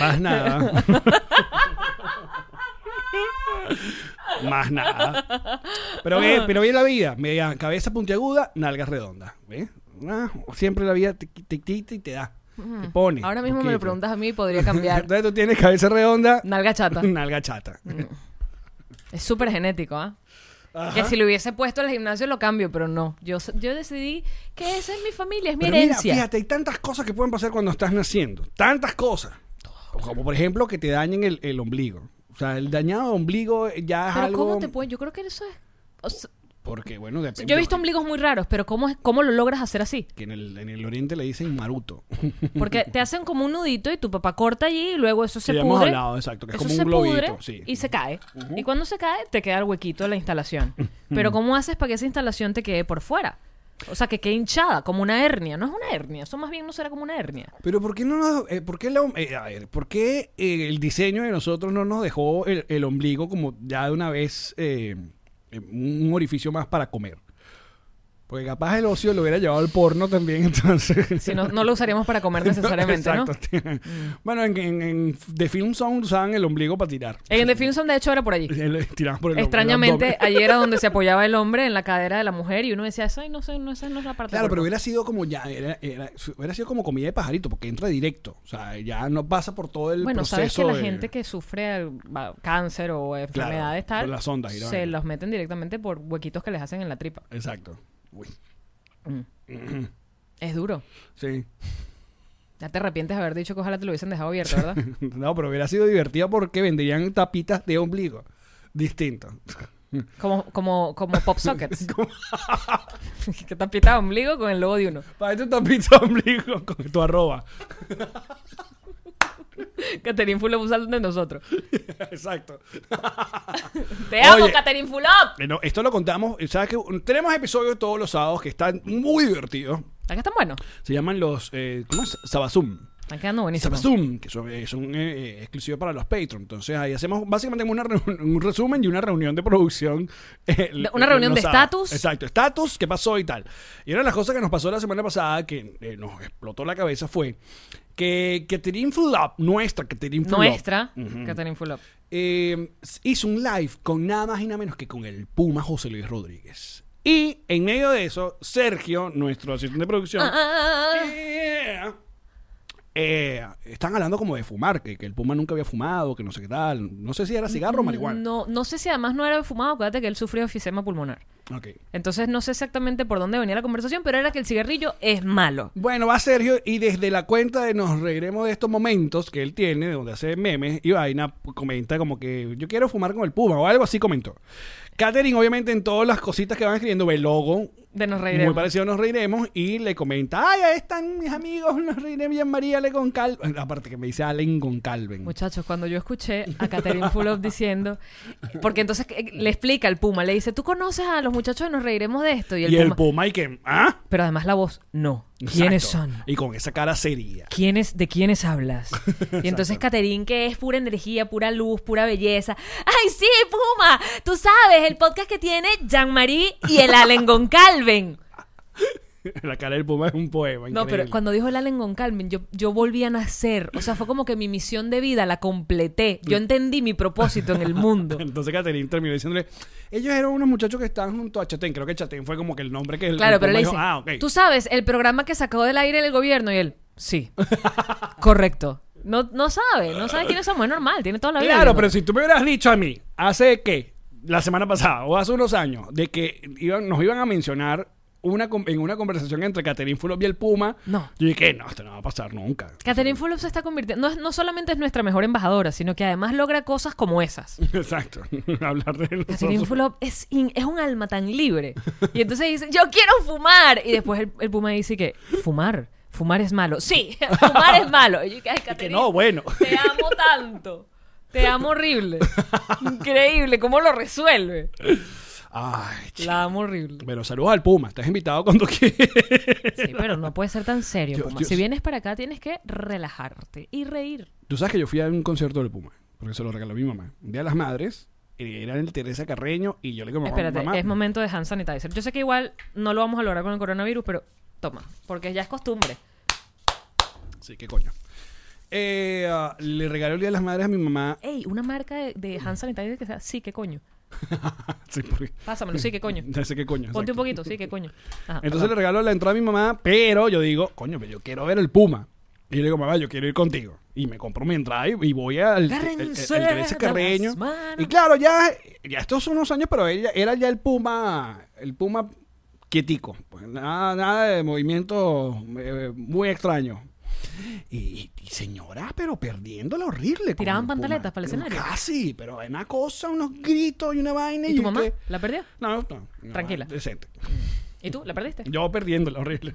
Speaker 1: más nada. más nada. Pero bien, pero bien la vida. Media cabeza puntiaguda, nalgas redondas. ¿Ves? Ah, siempre la vida te te quita y te da. Te pone.
Speaker 2: Ahora mismo me lo
Speaker 1: poquito.
Speaker 2: preguntas a mí y podría cambiar.
Speaker 1: Entonces tú tienes cabeza redonda,
Speaker 2: Nalga chata.
Speaker 1: nalga chata.
Speaker 2: Es súper genético, ¿ah?
Speaker 1: Ajá.
Speaker 2: Que si lo hubiese puesto al gimnasio lo cambio, pero no. Yo, yo decidí que esa es mi familia, es mi
Speaker 1: Pero mira,
Speaker 2: herencia.
Speaker 1: fíjate, hay tantas cosas que pueden pasar cuando estás naciendo. Tantas cosas. Como por ejemplo que te dañen el, el ombligo. O sea, el dañado ombligo ya es
Speaker 2: pero
Speaker 1: algo.
Speaker 2: ¿cómo te pueden? Yo creo que eso es... o sea,
Speaker 1: Porque, bueno, depende.
Speaker 2: yo he visto ombligos muy raros, pero ¿cómo, es- cómo lo logras hacer así?
Speaker 1: Que en el, en el oriente le dicen maruto.
Speaker 2: Porque te hacen como un nudito y tu papá corta allí y luego eso se
Speaker 1: Sí,
Speaker 2: pudre.
Speaker 1: hemos hablado, exacto, que es
Speaker 2: eso
Speaker 1: como un
Speaker 2: se
Speaker 1: globito,
Speaker 2: pudre
Speaker 1: sí.
Speaker 2: Y se cae. Y cuando se cae, te queda el huequito de la instalación. Pero ¿cómo haces para que esa instalación te quede por fuera? O sea, que quede hinchada, como una hernia. No es una hernia, eso más bien no será como una hernia.
Speaker 1: Pero ¿por qué no nos, eh, por qué la om- eh, a ver, ¿por qué eh, el diseño de nosotros no nos dejó el, el ombligo como ya de una vez eh, eh, un orificio más para comer? Porque capaz el ocio lo hubiera llevado al porno también, entonces.
Speaker 2: Si no, no lo usaríamos para comer necesariamente, ¿no? Mm.
Speaker 1: Exacto. Bueno, en, en, en The Film Sound usaban el ombligo para tirar.
Speaker 2: En The Finson, de hecho, era por allí.
Speaker 1: El- tiraban por el
Speaker 2: Extrañamente,
Speaker 1: el abdomen.
Speaker 2: allí era donde se apoyaba el hombre en la cadera de la mujer y uno decía, ay, no sé, no, esa no es la parte
Speaker 1: Claro, pero
Speaker 2: del cuerpo".
Speaker 1: hubiera sido como ya, era, era- hubiera sido como comida de pajarito, porque entra directo. O sea, ya no pasa por todo el
Speaker 2: Bueno,
Speaker 1: proceso.
Speaker 2: sabes que la
Speaker 1: de-
Speaker 2: gente que sufre eh, va- cáncer o enfermedades
Speaker 1: por
Speaker 2: tal,
Speaker 1: pues las ondas y la
Speaker 2: se
Speaker 1: vaina.
Speaker 2: los meten directamente por huequitos que les hacen en la tripa. Mm.
Speaker 1: Exacto. Uy,
Speaker 2: Es duro.
Speaker 1: sí.
Speaker 2: Ya te arrepientes de haber dicho que ojalá te lo hubiesen dejado abierto, ¿verdad?
Speaker 1: No, pero hubiera sido divertido porque venderían tapitas de ombligo. Distinto.
Speaker 2: como, como, como pop sockets. que tapita de ombligo con el logo de uno.
Speaker 1: Para tu tapita de ombligo con tu arroba.
Speaker 2: Caterin Fulop usando de nosotros.
Speaker 1: Exacto.
Speaker 2: ¡Te amo,
Speaker 1: Oye.
Speaker 2: Caterin Fulop!
Speaker 1: Bueno, esto lo contamos. ¿Sabes que Tenemos episodios todos los sábados que están muy divertidos.
Speaker 2: Acá están buenos.
Speaker 1: Se llaman los. eh, ¿Cómo es? Sabazum.
Speaker 2: Están quedando buenísimos.
Speaker 1: Sabazum, que son, eh, son, eh, eh, exclusivos para los Patreon. Entonces ahí hacemos básicamente una reun- un resumen y una reunión de producción. eh,
Speaker 2: De-
Speaker 1: el-
Speaker 2: una
Speaker 1: el-
Speaker 2: reunión
Speaker 1: los
Speaker 2: de
Speaker 1: sábados.
Speaker 2: estatus.
Speaker 1: Exacto, estatus, qué pasó y tal. Y una de las cosas que nos pasó la semana pasada que eh, nos explotó la cabeza fue que Catherine Fulop, nuestra Catherine Fulop,
Speaker 2: Nuestra, Catherine Fulop.
Speaker 1: eh, hizo un live con nada más y nada menos que con el Puma José Luis Rodríguez. Y en medio de eso, Sergio, nuestro asistente de producción,
Speaker 2: Ah,
Speaker 1: eh, eh, están hablando como de fumar, que, que el Puma nunca había fumado, que no sé qué tal. No sé si era cigarro o marihuana.
Speaker 2: Mm, No, no sé si además no era fumado, acuérdate que él sufrió enfisema pulmonar.
Speaker 1: Ok.
Speaker 2: Entonces no sé exactamente por dónde venía la conversación, pero era que el cigarrillo es malo.
Speaker 1: Bueno, va Sergio y desde la cuenta de Nos Reiremos de estos momentos que él tiene, donde hace memes y vaina, p- comenta como que yo quiero fumar con el Puma o algo así comentó. Catherine, obviamente, en todas las cositas que van escribiendo, ve el logo,
Speaker 2: De nos
Speaker 1: Muy
Speaker 2: reiremos.
Speaker 1: parecido a Nos Reiremos y le comenta, ay, ahí están mis amigos, Nos Reiremos y en María Le con Calvin. Aparte que me dice Allen con Calvin.
Speaker 2: Muchachos, cuando yo escuché a Catherine Fulop diciendo, porque entonces eh, le explica al Puma, le dice, tú conoces a los muchachos y nos reiremos de esto. Y el,
Speaker 1: y el
Speaker 2: Puma,
Speaker 1: Puma y que, ¿ah?
Speaker 2: pero además la voz, no. ¿Quiénes
Speaker 1: Exacto.
Speaker 2: son?
Speaker 1: Y con esa cara seria.
Speaker 2: ¿Quiénes, ¿De quiénes hablas? Y entonces Catherine, que es pura energía, pura luz, pura belleza. ¡Ay, sí, Puma! Tú sabes, el podcast que tiene Jean-Marie y el Allen Goncalven.
Speaker 1: la cara del Puma es un poema.
Speaker 2: No, pero
Speaker 1: increíble.
Speaker 2: cuando dijo el Allen Goncalven, yo, yo volví a nacer. O sea, fue como que mi misión de vida la completé. Yo entendí mi propósito en el mundo.
Speaker 1: Entonces Catherine terminó diciéndole, ellos eran unos muchachos que estaban junto a Chatén. Creo que Chatén fue como que el nombre que el
Speaker 2: Claro,
Speaker 1: el
Speaker 2: pero
Speaker 1: Puma
Speaker 2: le
Speaker 1: dijo,
Speaker 2: dice,
Speaker 1: ah, ok.
Speaker 2: tú sabes, el programa que sacó del aire el gobierno y él, sí, correcto. No, no sabe, no sabe quiénes somos, es normal, tiene toda la vida.
Speaker 1: Claro,
Speaker 2: viejo.
Speaker 1: pero si tú me hubieras dicho a mí, hace qué? la semana pasada o hace unos años de que iban, nos iban a mencionar una, com- en una conversación entre Caterín Fulop y el Puma.
Speaker 2: No.
Speaker 1: Yo dije, no, esto no va a pasar nunca.
Speaker 2: Catherine Fulop se está convirtiendo. No, es- no solamente es nuestra mejor embajadora, sino que además logra cosas como esas.
Speaker 1: Exacto. Hablar de
Speaker 2: Catherine
Speaker 1: nosotros.
Speaker 2: Fulop es, in- es un alma tan libre. Y entonces dice, yo quiero fumar. Y después el, el Puma dice que, fumar, fumar es malo. Sí, fumar es malo. Y yo, "Ay,
Speaker 1: Que
Speaker 2: Catherine,
Speaker 1: no, bueno.
Speaker 2: Te amo tanto. Te amo horrible. Increíble, cómo lo resuelve.
Speaker 1: Ay, ch-
Speaker 2: La amo horrible.
Speaker 1: Pero saludos al Puma. Estás invitado cuando quieras.
Speaker 2: Sí, pero no puede ser tan serio,
Speaker 1: Dios,
Speaker 2: Puma.
Speaker 1: Dios.
Speaker 2: Si vienes para acá, tienes que relajarte y reír.
Speaker 1: Tú sabes que yo fui a un concierto del Puma. Porque se lo regaló mi mamá. Un día de las madres. eh, Era el Teresa Carreño. Y yo le digo, a mi mamá,
Speaker 2: Espérate,
Speaker 1: mamá,
Speaker 2: es momento de hand sanitizer. Yo sé que igual no lo vamos a lograr con el coronavirus, pero toma, porque ya es costumbre.
Speaker 1: Sí, qué coño. Eh, ah, le regaló el Día de las Madres a mi mamá.
Speaker 2: Ey, una marca de, de hand sanitizer que sea sí, qué coño.
Speaker 1: sí, porque...
Speaker 2: Pásamelo, sí, qué coño.
Speaker 1: Ya sé qué coño.
Speaker 2: Ponte
Speaker 1: exacto.
Speaker 2: un poquito, sí, qué coño. Ajá,
Speaker 1: Entonces le
Speaker 2: perdón.
Speaker 1: regalo la entrada a mi mamá, pero yo digo, coño, pero yo quiero ver el Puma. Y yo le digo, mamá, yo quiero ir contigo. Y me compro mi entrada y, y voy al al- al- al
Speaker 2: Agárrense
Speaker 1: Teresa
Speaker 2: de
Speaker 1: Carreño.
Speaker 2: las manos.
Speaker 1: Y claro, ya, ya estos son unos años, pero ella, era ya el Puma, el Puma quietico. Pues nada, nada de movimiento eh, muy extraño. Y, y- y señora, pero perdiéndola horrible. con
Speaker 2: Tiraban
Speaker 1: el Puma.
Speaker 2: pantaletas para el escenario.
Speaker 1: Casi, pero una cosa, unos gritos y una vaina.
Speaker 2: ¿Y tu
Speaker 1: yo
Speaker 2: mamá?
Speaker 1: que-
Speaker 2: ¿La perdió?
Speaker 1: No, no, no.
Speaker 2: Tranquila.
Speaker 1: Decente.
Speaker 2: ¿Y tú? ¿La perdiste?
Speaker 1: Yo perdiéndola horrible.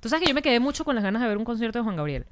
Speaker 2: Tú sabes que yo me quedé mucho con las ganas de ver un concierto de Juan Gabriel.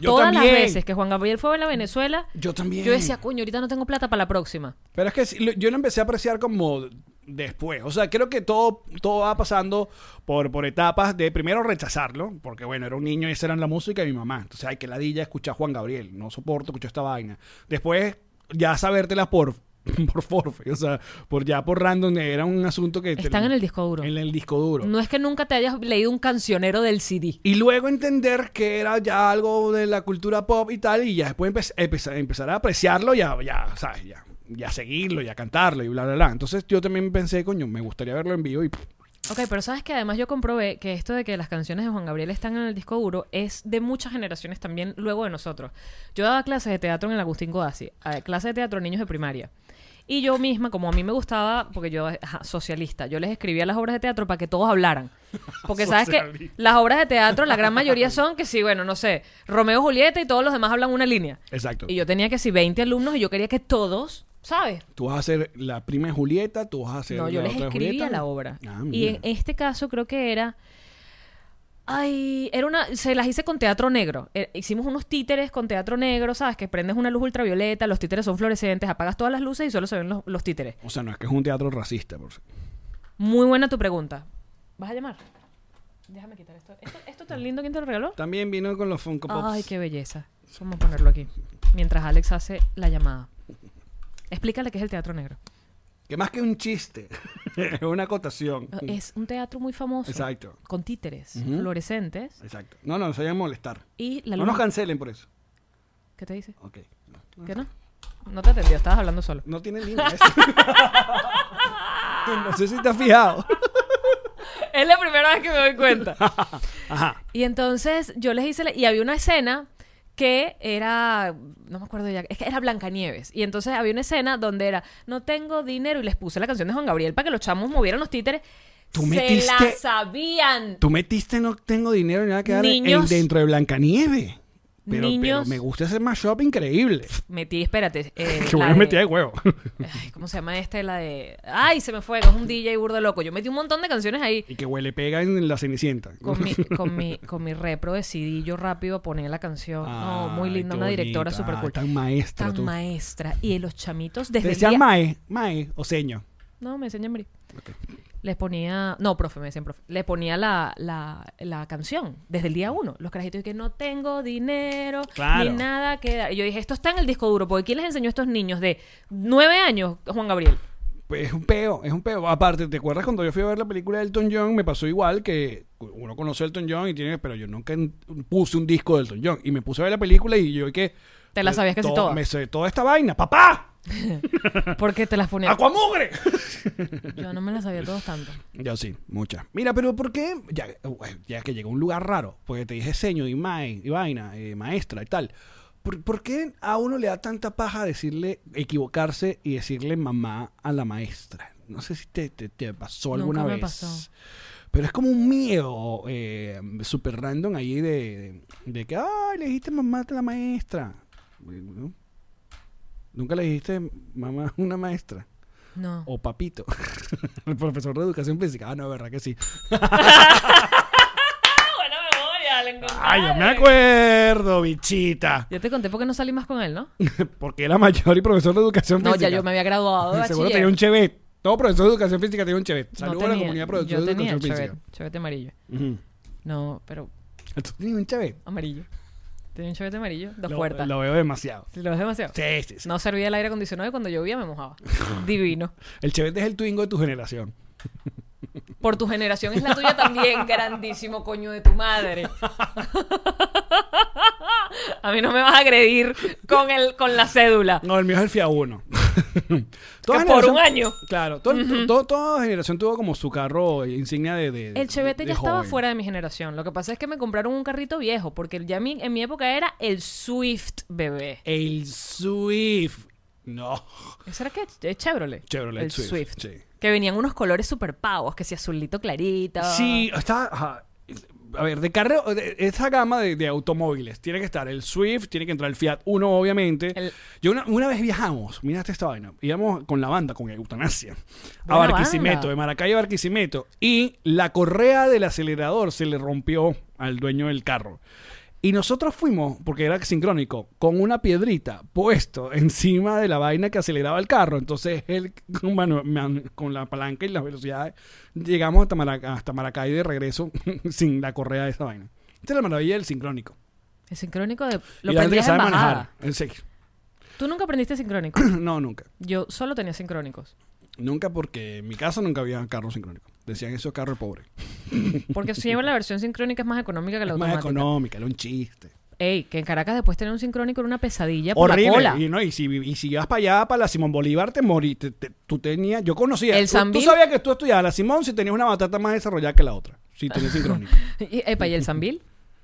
Speaker 1: Yo
Speaker 2: Todas
Speaker 1: también.
Speaker 2: las veces que Juan Gabriel fue a la Venezuela,
Speaker 1: Yo también.
Speaker 2: yo decía, coño, ahorita no tengo plata para la próxima.
Speaker 1: Pero es que sí, lo- yo lo empecé a apreciar como después. O sea, creo que todo, todo va pasando por, por etapas de primero rechazarlo, porque bueno, era un niño y esa era la música de mi mamá. Entonces, ay, que ladilla escuchar a Juan Gabriel. No soporto escuchar esta vaina. Después, ya sabértelas por por forfe, o sea, por ya por random era un asunto que te-
Speaker 2: Están en el disco duro.
Speaker 1: En el disco duro.
Speaker 2: No es que nunca te hayas leído un cancionero del CD.
Speaker 1: Y luego entender que era ya algo de la cultura pop y tal, y ya después empe- empeza- empezar a apreciarlo, ya, ya, ¿sabes? Ya, ya seguirlo, ya cantarlo y bla, bla, bla. Entonces yo también pensé, coño, me gustaría verlo en vivo y pff,
Speaker 2: Ok, pero sabes que además yo comprobé que esto de que las canciones de Juan Gabriel están en el disco duro es de muchas generaciones también luego de nosotros. Yo daba clases de teatro en el Agustín Codazzi, eh, clases de teatro a niños de primaria. Y yo misma, como a mí me gustaba, porque yo, ajá, socialista, yo les escribía las obras de teatro para que todos hablaran. Porque sabes que
Speaker 1: Socialista.
Speaker 2: las obras de teatro, la gran mayoría son que sí, bueno, no sé, Romeo, Julieta y todos los demás hablan una línea.
Speaker 1: Exacto.
Speaker 2: Y yo tenía que sí, 20 alumnos y yo quería que todos, ¿sabes?
Speaker 1: tú vas a hacer la prima de Julieta, tú vas a hacer
Speaker 2: No, yo
Speaker 1: la
Speaker 2: les
Speaker 1: otra de
Speaker 2: escribía
Speaker 1: Julieta.
Speaker 2: la obra.
Speaker 1: Ah,
Speaker 2: y
Speaker 1: mira.
Speaker 2: en este caso creo que era. Ay, era una. Se las hice con teatro negro. Eh, hicimos unos títeres con teatro negro, ¿sabes? Que prendes una luz ultravioleta, los títeres son fluorescentes, apagas todas las luces y solo se ven los, los títeres.
Speaker 1: O sea, no es que es un teatro racista, por si-
Speaker 2: Muy buena tu pregunta. ¿Vas a llamar? Déjame quitar esto. ¿Esto, esto tan lindo quién te lo regaló?
Speaker 1: También vino con los Funko Pops.
Speaker 2: Ay, qué belleza. Vamos a ponerlo aquí. Mientras Alex hace la llamada. Explícale qué es el teatro negro.
Speaker 1: Que más que un chiste, es una acotación.
Speaker 2: Es un teatro muy famoso.
Speaker 1: Exacto.
Speaker 2: Con títeres fluorescentes.
Speaker 1: Exacto. No, no, se vayan a molestar.
Speaker 2: Y la
Speaker 1: No
Speaker 2: luna.
Speaker 1: nos cancelen por eso.
Speaker 2: ¿Qué te dice?
Speaker 1: Ok.
Speaker 2: ¿Qué no? No te atendió, estabas hablando solo.
Speaker 1: No tiene línea. eso. no sé si te has fijado.
Speaker 2: Es la primera vez que me doy cuenta.
Speaker 1: Ajá.
Speaker 2: y entonces yo les hice. la- y había una escena que era. No me acuerdo ya. Es que era Blancanieves. Y entonces había una escena donde era. No tengo dinero. Y les puse la canción de Juan Gabriel para que los chamos movieran los títeres.
Speaker 1: Tú
Speaker 2: Se la
Speaker 1: metiste-
Speaker 2: sabían.
Speaker 1: Tú metiste no tengo dinero ni nada que dar en-
Speaker 2: Niños.
Speaker 1: dentro de Blancanieve. Pero, pero
Speaker 2: Niños.
Speaker 1: me gusta ese mashup increíble.
Speaker 2: Metí, espérate. eh,
Speaker 1: Que
Speaker 2: la
Speaker 1: bueno
Speaker 2: de-
Speaker 1: metí de huevo.
Speaker 2: Ay, ¿Cómo se llama este? La de. Ay, se me fue. Es un DJ burdo loco. Yo metí un montón de canciones ahí.
Speaker 1: y que huele pega en la Cenicienta.
Speaker 2: con mi, con mi, con mi repro decidí yo rápido poner la canción. no, Oh, muy
Speaker 1: Ay, Ah,
Speaker 2: linda,
Speaker 1: qué
Speaker 2: una directora
Speaker 1: bonita.
Speaker 2: súper cool.
Speaker 1: Tan maestra
Speaker 2: Tan
Speaker 1: tú.
Speaker 2: maestra. Y los chamitos
Speaker 1: Te
Speaker 2: desde el
Speaker 1: decían
Speaker 2: día-
Speaker 1: Mae, Mae o Seño.
Speaker 2: No, me decían Yamri. Les ponía, no, profe, me decían profe. Les ponía la, la, la canción desde el día uno. Los carajitos que no tengo dinero,
Speaker 1: Claro.
Speaker 2: ni nada que dar. Y yo dije, esto está en el disco duro, porque ¿quién les enseñó a estos niños de nueve años, Juan Gabriel?
Speaker 1: Pues es un peo, es un peo. Aparte, ¿te acuerdas cuando yo fui a ver la película de Elton John? Me pasó igual que uno conoce a Elton John y tiene, pero yo nunca en- puse un disco de Elton John. Y me puse a ver la película y yo que.
Speaker 2: Te la sabías casi
Speaker 1: Eh, todo-
Speaker 2: toda.
Speaker 1: Me sé toda esta vaina. ¡Papá!
Speaker 2: Porque te las ponía.
Speaker 1: ¡Acuamugre!
Speaker 2: Yo no me las sabía todos tanto.
Speaker 1: Yo sí, muchas. Mira, pero ¿por qué? Ya, ya que llegué a un lugar raro, porque te dije seño y, mae, y vaina, eh, maestra y tal. ¿Por, por qué a uno le da tanta paja decirle, equivocarse y decirle mamá a la maestra? No sé si te, te- te pasó
Speaker 2: Nunca
Speaker 1: alguna
Speaker 2: me
Speaker 1: vez.
Speaker 2: pasó.
Speaker 1: Pero es como un miedo eh, super random ahí de, de, de que, ay, le dijiste mamá a la maestra. Bueno, Nunca le dijiste mamá a una maestra.
Speaker 2: No.
Speaker 1: O papito. El profesor de educación física. Ah, no, verdad que sí.
Speaker 2: buena memoria, Alan
Speaker 1: Ay, yo me acuerdo, bichita.
Speaker 2: Yo te conté porque no salí más con él, ¿no?
Speaker 1: Porque era mayor y profesor de educación
Speaker 2: No,
Speaker 1: física.
Speaker 2: ya yo me había graduado de
Speaker 1: Seguro
Speaker 2: bachiller.
Speaker 1: tenía un chevet. Todo profesor de educación física tenía un chevet.
Speaker 2: No
Speaker 1: Saludos a la
Speaker 2: tenía.
Speaker 1: comunidad profesor
Speaker 2: Yo
Speaker 1: de
Speaker 2: tenía
Speaker 1: educación
Speaker 2: el
Speaker 1: física.
Speaker 2: chevet, chevete amarillo.
Speaker 1: Ujú.
Speaker 2: No, pero
Speaker 1: ¿Tú tenías un chevet?
Speaker 2: amarillo. Tenía un chevete amarillo, dos
Speaker 1: Lo-
Speaker 2: puertas.
Speaker 1: Lo veo demasiado.
Speaker 2: Si lo ves demasiado.
Speaker 1: Sí, sí, sí.
Speaker 2: No servía el aire acondicionado y cuando llovía me mojaba. Divino.
Speaker 1: El chevet es el twingo de tu generación.
Speaker 2: Por tu generación es la tuya también, grandísimo coño de tu madre. A mí no me vas a agredir con el con la cédula.
Speaker 1: No, el mío es el FIA 1.
Speaker 2: Que por un año.
Speaker 1: Claro, todo- todo- toda generación tuvo como su carro insignia de. de-
Speaker 2: El Chevette
Speaker 1: de
Speaker 2: ya estaba
Speaker 1: joven.
Speaker 2: fuera de mi generación. Lo que pasa es que me compraron un carrito viejo, porque ya mi- en mi época era el Swift bebé.
Speaker 1: El Swift. No.
Speaker 2: ¿Ese era qué? ¿El Chevrolet?
Speaker 1: Chevrolet
Speaker 2: el
Speaker 1: Swift,
Speaker 2: Swift.
Speaker 1: sí.
Speaker 2: Que venían unos colores super pavos, que si azulito clarito.
Speaker 1: Sí, está. ajá. A ver, de carrera, de- esa gama de, de automóviles tiene que estar el Swift, tiene que entrar el Fiat 1, obviamente.
Speaker 2: El-
Speaker 1: Yo una, una vez viajamos, miraste esta vaina, íbamos con la banda, con Eutanasia, a
Speaker 2: Buena
Speaker 1: Barquisimeto,
Speaker 2: banda.
Speaker 1: de Maracay a Barquisimeto, y la correa del acelerador se le rompió al dueño del carro. Y nosotros fuimos, porque era sincrónico, con una piedrita puesto encima de la vaina que aceleraba el carro. Entonces él, con, manu- man- con la palanca y las velocidades, llegamos hasta, Maraca- hasta Maracay de regreso sin la correa de esa vaina. Esta es la maravilla del sincrónico.
Speaker 2: El sincrónico de...
Speaker 1: Y
Speaker 2: Lo
Speaker 1: la gente que
Speaker 2: aprendías en
Speaker 1: sabe
Speaker 2: bajada.
Speaker 1: manejar. En serio.
Speaker 2: Tú nunca aprendiste sincrónico.
Speaker 1: no, nunca.
Speaker 2: Yo solo tenía sincrónicos.
Speaker 1: Nunca porque en mi casa nunca había carro sincrónico. Decían eso es carro pobre.
Speaker 2: Porque siempre la versión sincrónica es más económica que la
Speaker 1: Es más
Speaker 2: automática.
Speaker 1: económica, era un chiste.
Speaker 2: Ey, que en Caracas después tener un sincrónico era una pesadilla por la
Speaker 1: Horrible.
Speaker 2: cola.
Speaker 1: Y, no, y, si, y si ibas para allá, para la Simón Bolívar, te moriste. Te- tú tenías, yo conocía.
Speaker 2: El
Speaker 1: tú,
Speaker 2: Sambil.
Speaker 1: tú sabías que tú estudiabas la Simón si tenías una batata más desarrollada que la otra. Si tenías sincrónico.
Speaker 2: Y, epa, y el Sambil.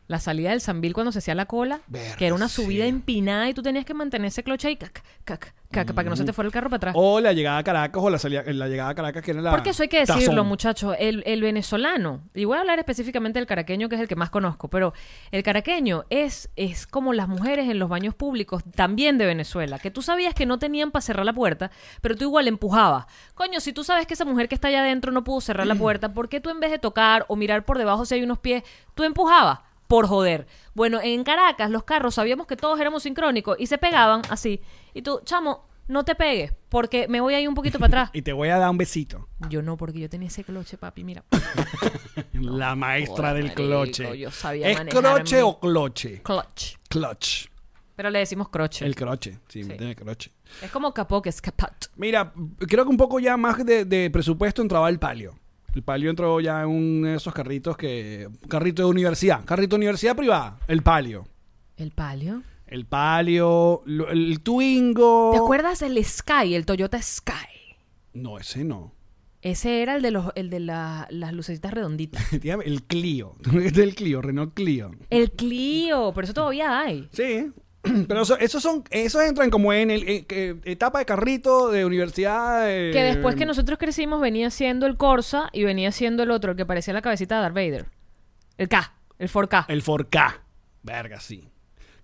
Speaker 2: La salida del Sambil cuando se hacía la cola,
Speaker 1: Verga,
Speaker 2: que era una
Speaker 1: sí.
Speaker 2: subida empinada y tú tenías que mantener ese cloche ahí, cac, cac, cac, para que no se te fuera el carro para atrás.
Speaker 1: o la llegada a Caracas o la, salida, la llegada a Caracas, que era la.
Speaker 2: Porque eso hay que decirlo,
Speaker 1: Tazón.
Speaker 2: muchachos. El, el venezolano, y voy a hablar específicamente del caraqueño, que es el que más conozco, pero el caraqueño es, es como las mujeres en los baños públicos, también de Venezuela, que tú sabías que no tenían para cerrar la puerta, pero tú igual empujabas. Coño, si tú sabes que esa mujer que está allá adentro no pudo cerrar
Speaker 1: Mm.
Speaker 2: la puerta, ¿por qué tú en vez de tocar o mirar por debajo si hay unos pies, tú empujabas? Por joder. Bueno, en Caracas los carros sabíamos que todos éramos sincrónicos y se pegaban así. Y tú, chamo, no te pegues, porque me voy ahí un poquito para atrás.
Speaker 1: Y te voy a dar un besito.
Speaker 2: Yo no, porque yo tenía ese cloche, papi, mira.
Speaker 1: la maestra
Speaker 2: joda,
Speaker 1: del
Speaker 2: marico,
Speaker 1: cloche.
Speaker 2: yo sabía
Speaker 1: ¿Es
Speaker 2: manejar
Speaker 1: cloche
Speaker 2: mi-
Speaker 1: o cloche?
Speaker 2: Clutch.
Speaker 1: Clutch.
Speaker 2: Pero le decimos croche.
Speaker 1: El cloche. Sí,
Speaker 2: Sí.
Speaker 1: me tiene cloche.
Speaker 2: Es como capó, que es capat.
Speaker 1: Mira, creo que un poco ya más de, de presupuesto entraba el palio. El palio entró ya en uno de esos carritos que. Carrito de universidad. Carrito de universidad privada. El palio.
Speaker 2: El palio.
Speaker 1: El palio. lo- el twingo.
Speaker 2: ¿Te acuerdas el Sky, el Toyota Sky?
Speaker 1: No, ese no.
Speaker 2: Ese era el de los, el de la- las lucecitas redonditas.
Speaker 1: Dígame, el Clio. Este es el Clio, Renault Clio.
Speaker 2: El Clio, pero eso todavía hay.
Speaker 1: Sí. Pero eso- esos son, esos entran como en el en- que- etapa de carrito de universidad. eh,
Speaker 2: Que después que nosotros crecimos venía siendo el Corsa y venía siendo el otro, el que parecía la cabecita de Darth Vader. El K, el 4K.
Speaker 1: El 4K. Verga, sí.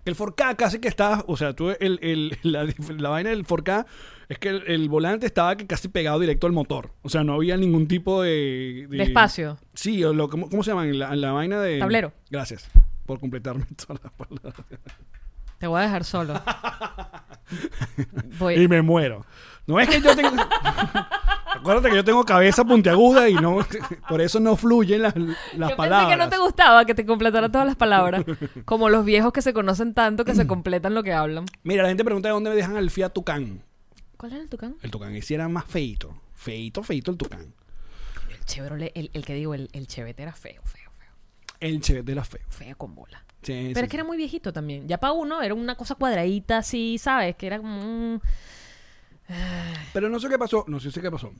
Speaker 1: El 4K casi que estaba, o sea, tú, el, el- la, la vaina del 4K es que el, el volante estaba que casi pegado directo al motor. O sea, no había ningún tipo de...
Speaker 2: De espacio.
Speaker 1: Sí, o lo, ¿cómo, cómo se llaman? La, la vaina de...
Speaker 2: Tablero.
Speaker 1: Gracias por completarme todas las palabras.
Speaker 2: Te voy a dejar solo.
Speaker 1: Y
Speaker 2: Voy.
Speaker 1: me muero. No es que yo tengo... Acuérdate que yo tengo cabeza puntiaguda y no... Por eso no fluyen las, las
Speaker 2: Yo
Speaker 1: palabras.
Speaker 2: pensé que no te gustaba que te completara todas las palabras. Como los viejos que se conocen tanto que se
Speaker 1: Mm.
Speaker 2: completan lo que hablan.
Speaker 1: Mira, la gente pregunta de dónde me dejan el Fiat Tucán.
Speaker 2: ¿Cuál era el tucán?
Speaker 1: El Tucán ese era más feito. Feito, feito el Tucán.
Speaker 2: El Chevrolet, el, el que digo, el, el Chevette era feo, feo, feo.
Speaker 1: El Chevette era feo.
Speaker 2: Feo con bola.
Speaker 1: Sí,
Speaker 2: Pero
Speaker 1: sí,
Speaker 2: es que era muy viejito también. Ya para uno era una cosa cuadradita así, ¿sabes? Que era como un...
Speaker 1: sí. Pero no sé qué pasó. No sé, sé qué pasó.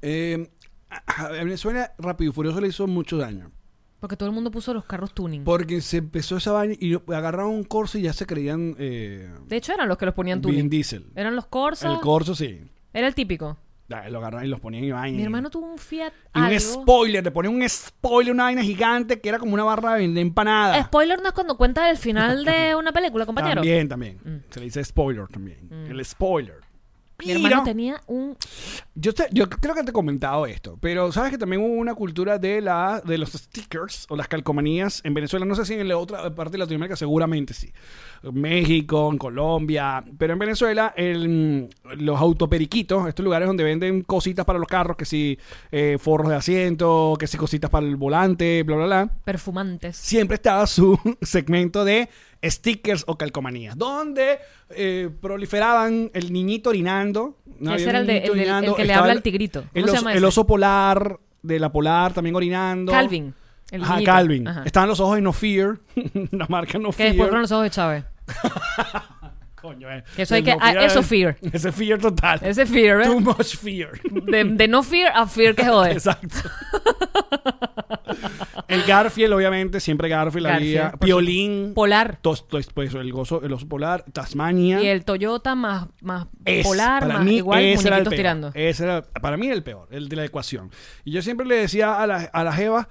Speaker 1: Eh, a a Venezuela, Rápido y Furioso le hizo mucho daño.
Speaker 2: Porque todo el mundo puso los carros tuning.
Speaker 1: Porque se empezó esa vaina y agarraron un corso y ya se creían eh,
Speaker 2: De hecho, eran los que los ponían
Speaker 1: Vin
Speaker 2: tuning.
Speaker 1: Diesel.
Speaker 2: Eran los Corsa.
Speaker 1: El corso, sí.
Speaker 2: era el típico.
Speaker 1: Ya, Lo agarraron y los ponían y vaina.
Speaker 2: Mi hermano tuvo un Fiat
Speaker 1: Y un
Speaker 2: algo.
Speaker 1: spoiler, le ponían un spoiler, una vaina gigante que era como una barra de de empanada.
Speaker 2: Spoiler no es cuando cuenta el final de una película, compañero.
Speaker 1: También, también. Se le dice spoiler también. El spoiler.
Speaker 2: Mm. Mi hermano
Speaker 1: Mira,
Speaker 2: tenía un...
Speaker 1: yo, te- yo creo que te he comentado esto, pero sabes que también hubo una cultura de la de los stickers o las calcomanías en Venezuela. No sé si en la otra parte de Latinoamérica seguramente sí. México, en Colombia, pero en Venezuela el, mm, los autoperiquitos, estos lugares donde venden cositas para los carros, que si eh, forros de asiento, que si cositas para el volante, bla, bla, bla
Speaker 2: Perfumantes.
Speaker 1: siempre estaba su segmento de stickers o calcomanías, donde eh, proliferaban el niñito orinando. ¿no?
Speaker 2: Ese
Speaker 1: Había
Speaker 2: era el,
Speaker 1: un
Speaker 2: de-
Speaker 1: niñito
Speaker 2: el del- el
Speaker 1: orinando,
Speaker 2: que le
Speaker 1: estaba
Speaker 2: habla
Speaker 1: el-
Speaker 2: al tigrito. ¿Cómo
Speaker 1: El
Speaker 2: se
Speaker 1: oso,
Speaker 2: llama
Speaker 1: el
Speaker 2: ese?
Speaker 1: oso polar, de la polar también orinando.
Speaker 2: Calvin. El
Speaker 1: Ajá,
Speaker 2: niñito.
Speaker 1: Calvin.
Speaker 2: Ajá.
Speaker 1: Estaban los ojos de No Fear, la marca No
Speaker 2: Que después
Speaker 1: Fear.
Speaker 2: fueron los ojos de Chávez.
Speaker 1: Coño, eh.
Speaker 2: Que eso hay
Speaker 1: El
Speaker 2: que- ah, eso
Speaker 1: es-
Speaker 2: Fear.
Speaker 1: Ese Fear total.
Speaker 2: Ese Fear,
Speaker 1: Too
Speaker 2: ¿eh?
Speaker 1: much fear.
Speaker 2: De, de no fear a fear que jode.
Speaker 1: Exacto. el Garfield, obviamente, siempre Garfield,
Speaker 2: Garfield,
Speaker 1: había.
Speaker 2: por
Speaker 1: Piolín.
Speaker 2: Polar.
Speaker 1: Tos- tos- pues, el gozo, el oso polar, Tasmania.
Speaker 2: Y el Toyota más, más
Speaker 1: Es,
Speaker 2: polar,
Speaker 1: para
Speaker 2: más
Speaker 1: mí,
Speaker 2: igual,
Speaker 1: ese era el Eh.
Speaker 2: muñequitos
Speaker 1: peor.
Speaker 2: tirando.
Speaker 1: Ese era, para mí era el peor, el de la ecuación. Y yo siempre le decía a la, a la Jeva,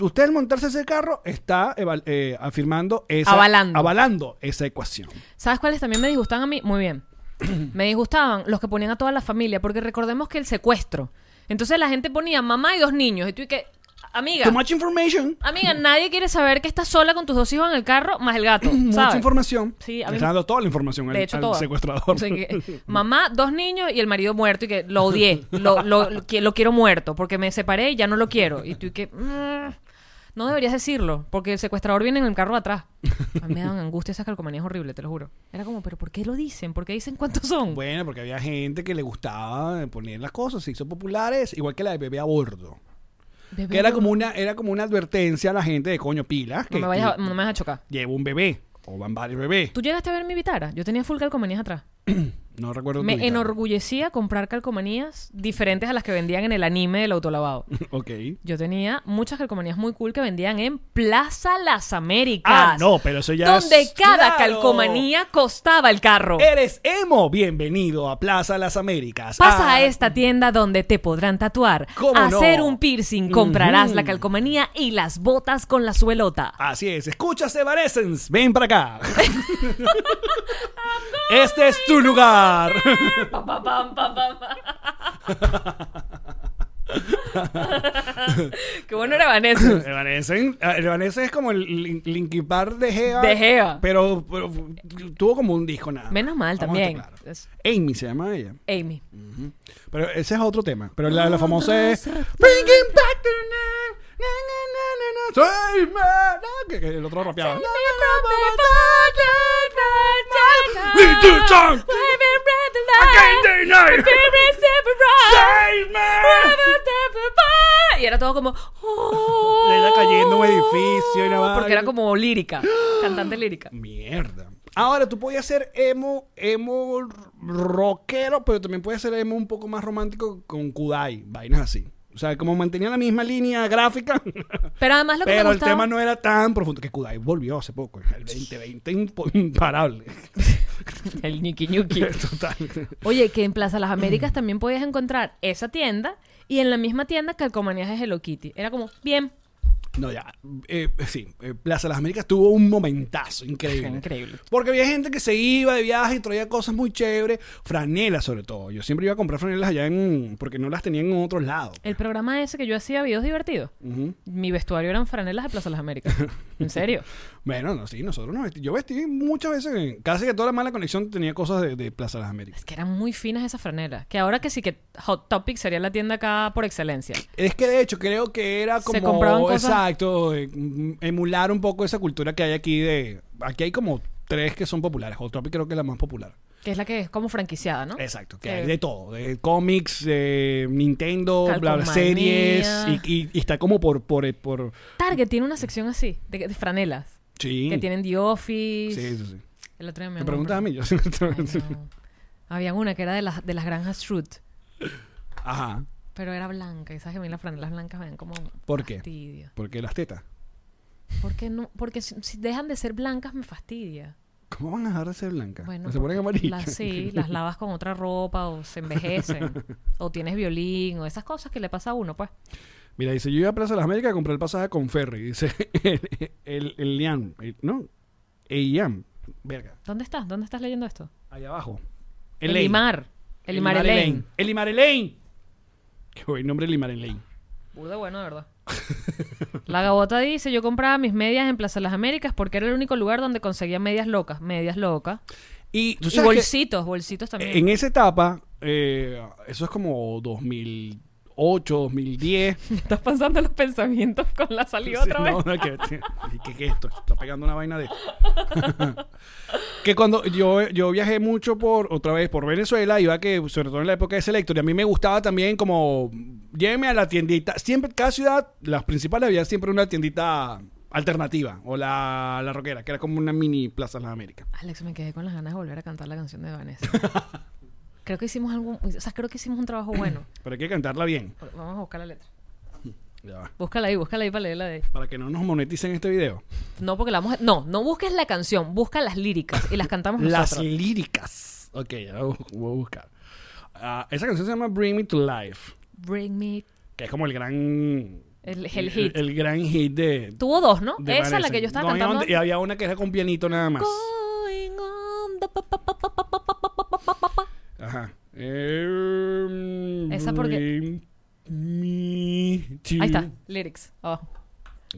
Speaker 1: usted al montarse ese carro está eval- eh, afirmando esa...
Speaker 2: Avalando.
Speaker 1: avalando esa ecuación.
Speaker 2: ¿Sabes cuáles también me disgustaban a mí? Muy bien. Me disgustaban los que ponían a toda la familia, porque recordemos que el secuestro. Entonces la gente ponía mamá y dos niños. Y tú y que, amiga,
Speaker 1: Too much information.
Speaker 2: amiga, nadie quiere saber que estás sola con tus dos hijos en el carro, más el gato.
Speaker 1: Mucha
Speaker 2: ¿sabes?
Speaker 1: información.
Speaker 2: Sí, a
Speaker 1: Le
Speaker 2: mí-
Speaker 1: está dando toda la información al,
Speaker 2: De hecho,
Speaker 1: al
Speaker 2: todo.
Speaker 1: secuestrador.
Speaker 2: mamá, dos niños y el marido muerto. Y que lo odié. Lo, lo, lo qui- lo quiero muerto porque me separé y ya no lo quiero. Y tú y que. mm, no deberías decirlo porque el secuestrador viene en el carro de atrás. A mí me daban angustia esas calcomanías horribles, te lo juro. Era como, ¿pero por qué lo dicen? ¿Por qué dicen cuántos son?
Speaker 1: bueno, porque había gente que le gustaba poner las cosas, se hizo populares, igual que la de bebé a bordo.
Speaker 2: Bebé,
Speaker 1: Que era
Speaker 2: no.
Speaker 1: como una, era como una advertencia a la gente de coño pilas. Que
Speaker 2: No me, vayas a, no me vayas a chocar.
Speaker 1: Llevo un bebé. O van varios bebés.
Speaker 2: ¿Tú llegaste a ver mi vitara? Yo tenía full calcomanías atrás.
Speaker 1: No recuerdo tu
Speaker 2: Me
Speaker 1: guitarra.
Speaker 2: enorgullecía comprar calcomanías diferentes a las que vendían en el anime del autolavado.
Speaker 1: Ok.
Speaker 2: Yo tenía muchas calcomanías muy cool que vendían en Plaza Las Américas.
Speaker 1: Ah, no, pero eso ya
Speaker 2: Donde
Speaker 1: es- ¡Claro!
Speaker 2: cada calcomanía costaba el carro.
Speaker 1: Eres emo, bienvenido a Plaza Las Américas.
Speaker 2: Pasa
Speaker 1: Ah,
Speaker 2: a esta tienda donde te podrán tatuar,
Speaker 1: ¿Cómo no?
Speaker 2: hacer un piercing, comprarás la calcomanía y las botas con la suelota.
Speaker 1: Así es, escucha Evanescence, ven para acá. este es tu lugar.
Speaker 2: Pa, pa, pam, pa, pa, pa. Qué bueno era Vanessa.
Speaker 1: Evanescence, ah, Evanescence es como el lin- Linkin Park de Gea.
Speaker 2: De Gea.
Speaker 1: Pero, pero tuvo como un disco nada. más.
Speaker 2: Menos mal
Speaker 1: Vamos a
Speaker 2: también.
Speaker 1: estar claros.
Speaker 2: Es-
Speaker 1: Amy se llama ella.
Speaker 2: Amy.
Speaker 1: Pero ese es otro tema. Pero la, la famosa es. Bringing back the night. Na, na, na, na, na. Save me. Na, que- que el otro rapeaba. We do something. Again tonight. Save me.
Speaker 2: Y era todo como.
Speaker 1: Le era cayendo un edificio y una vaina.
Speaker 2: Oh, Porque era como lírica. Cantante lírica.
Speaker 1: Mierda. Ahora tú podías ser emo, emo rockero, pero también puedes ser emo un poco más romántico con Kudai, vainas así. O sea, como mantenía la misma línea gráfica.
Speaker 2: Pero además lo que
Speaker 1: Pero
Speaker 2: me
Speaker 1: el
Speaker 2: gustaba.
Speaker 1: tema no era tan profundo que Kudai volvió hace poco, el 2020 impo- imparable.
Speaker 2: El ñiqui ñuqui.
Speaker 1: Total.
Speaker 2: Oye, que en Plaza Las Américas también podías encontrar esa tienda y en la misma tienda calcomanías de Hello Kitty. Era como, bien,
Speaker 1: No, ya. Eh, sí, eh, Plaza de las Américas tuvo un momentazo increíble.
Speaker 2: Increíble.
Speaker 1: Porque había gente que se iba de viaje y traía cosas muy chéveres, franelas sobre todo. Yo siempre iba a comprar franelas allá en. porque no las tenían en otros lados.
Speaker 2: el programa ese que yo hacía videos divertidos. Mi vestuario eran franelas de Plaza Las Américas. En serio.
Speaker 1: Bueno, no, sí, nosotros nos vesti- Yo vestí muchas veces, en- casi que toda la mala conexión tenía cosas de, de Plaza de las Américas.
Speaker 2: Es que eran muy finas esas franelas. Que ahora que sí que Hot Topic sería la tienda acá por excelencia.
Speaker 1: Es que de hecho creo que era
Speaker 2: Se
Speaker 1: como
Speaker 2: compraban cosas-
Speaker 1: exacto eh, mm, emular un poco esa cultura que hay aquí de aquí hay como tres que son populares. Hot Topic creo que es la más popular.
Speaker 2: Que es la que es como franquiciada, ¿no?
Speaker 1: Exacto, que
Speaker 2: Sí.
Speaker 1: hay de todo, de cómics, de Nintendo, bla, bla,
Speaker 2: Calcomanía.
Speaker 1: series y, y- y está como por por por
Speaker 2: Target tiene una sección así, de, de franelas.
Speaker 1: sí.
Speaker 2: Que tienen The Office.
Speaker 1: Sí, sí, sí.
Speaker 2: El otro día me
Speaker 1: Me preguntas a mí yo.
Speaker 2: Ay, no. Había una que era de las, de las granjas Shrewd.
Speaker 1: Ajá.
Speaker 2: Pero era blanca, y sabes que a mí las franelas blancas me dan como un
Speaker 1: ¿Por qué?
Speaker 2: fastidio.
Speaker 1: Porque las tetas.
Speaker 2: Porque, no, porque si, si dejan de ser blancas me fastidia.
Speaker 1: ¿Cómo van a dejar de ser blancas?
Speaker 2: Bueno,
Speaker 1: se ponen
Speaker 2: porque
Speaker 1: amarillas.
Speaker 2: las- sí, las lavas con otra ropa o se envejecen. o tienes violín o esas cosas que le pasa a uno, pues.
Speaker 1: Mira, dice, yo iba a Plaza de las Américas a comprar el pasaje con Ferry. Dice, el, el, el Liam, el- ¿no? El Liam. Verga.
Speaker 2: ¿Dónde estás? ¿Dónde estás leyendo esto?
Speaker 1: Allá abajo.
Speaker 2: El
Speaker 1: Elaine.
Speaker 2: Imar. El Imar
Speaker 1: Elaine.
Speaker 2: Elaine.
Speaker 1: El Imar Elaine. Qué buen nombre, el Imar Elaine.
Speaker 2: Burda bueno, de verdad. La gabota dice, yo compraba mis medias en Plaza de las Américas porque era el único lugar donde conseguía medias locas. Medias locas.
Speaker 1: Y, tú
Speaker 2: Y
Speaker 1: sabes que
Speaker 2: bolsitos, bolsitos también.
Speaker 1: en esa etapa, eh, eso es como 2008, 2010.
Speaker 2: Estás pensando en los pensamientos con la salida
Speaker 1: Sí,
Speaker 2: otra
Speaker 1: no,
Speaker 2: vez.
Speaker 1: no, que, sí. ¿Y qué- qué es esto? Está pegando una vaina de... que cuando yo, yo viajé mucho por, otra vez, por Venezuela, iba que, sobre todo en la época de Selector, y a mí me gustaba también como, lléveme a la tiendita, siempre, cada ciudad, las principales había siempre una tiendita alternativa, o la, la roquera, que era como una mini plaza en las Américas.
Speaker 2: Alex, me quedé con las ganas de volver a cantar la canción de Vanessa. creo que hicimos algún, o sea, creo que hicimos un trabajo bueno.
Speaker 1: Pero hay que cantarla bien,
Speaker 2: Vamos a buscar la letra.
Speaker 1: Ya va.
Speaker 2: Búscala ahí, búscala ahí para leerla de.
Speaker 1: para que no nos moneticen este video.
Speaker 2: No, porque la vamos a- No, no busques la canción, busca las líricas y las cantamos
Speaker 1: Las
Speaker 2: nosotros.
Speaker 1: líricas. Ok, ya la bu- voy a buscar. Ah, esa canción se llama Bring Me to Life,
Speaker 2: Bring me.
Speaker 1: que es como el gran...
Speaker 2: El, el hit.
Speaker 1: El, gran hit de.
Speaker 2: Tuvo dos, ¿no?
Speaker 1: de
Speaker 2: Esa es la
Speaker 1: Vanessa.
Speaker 2: que yo estaba
Speaker 1: Going on-
Speaker 2: cantando.
Speaker 1: y había una que era con pianito nada más.
Speaker 2: Going on the pa- pa- pa- pa- pa- pa- pa- pa- pa- pa- pa.
Speaker 1: Ajá. Eh,
Speaker 2: Esa porque-
Speaker 1: Bring Me to...
Speaker 2: Ahí está, lyrics. Abajo.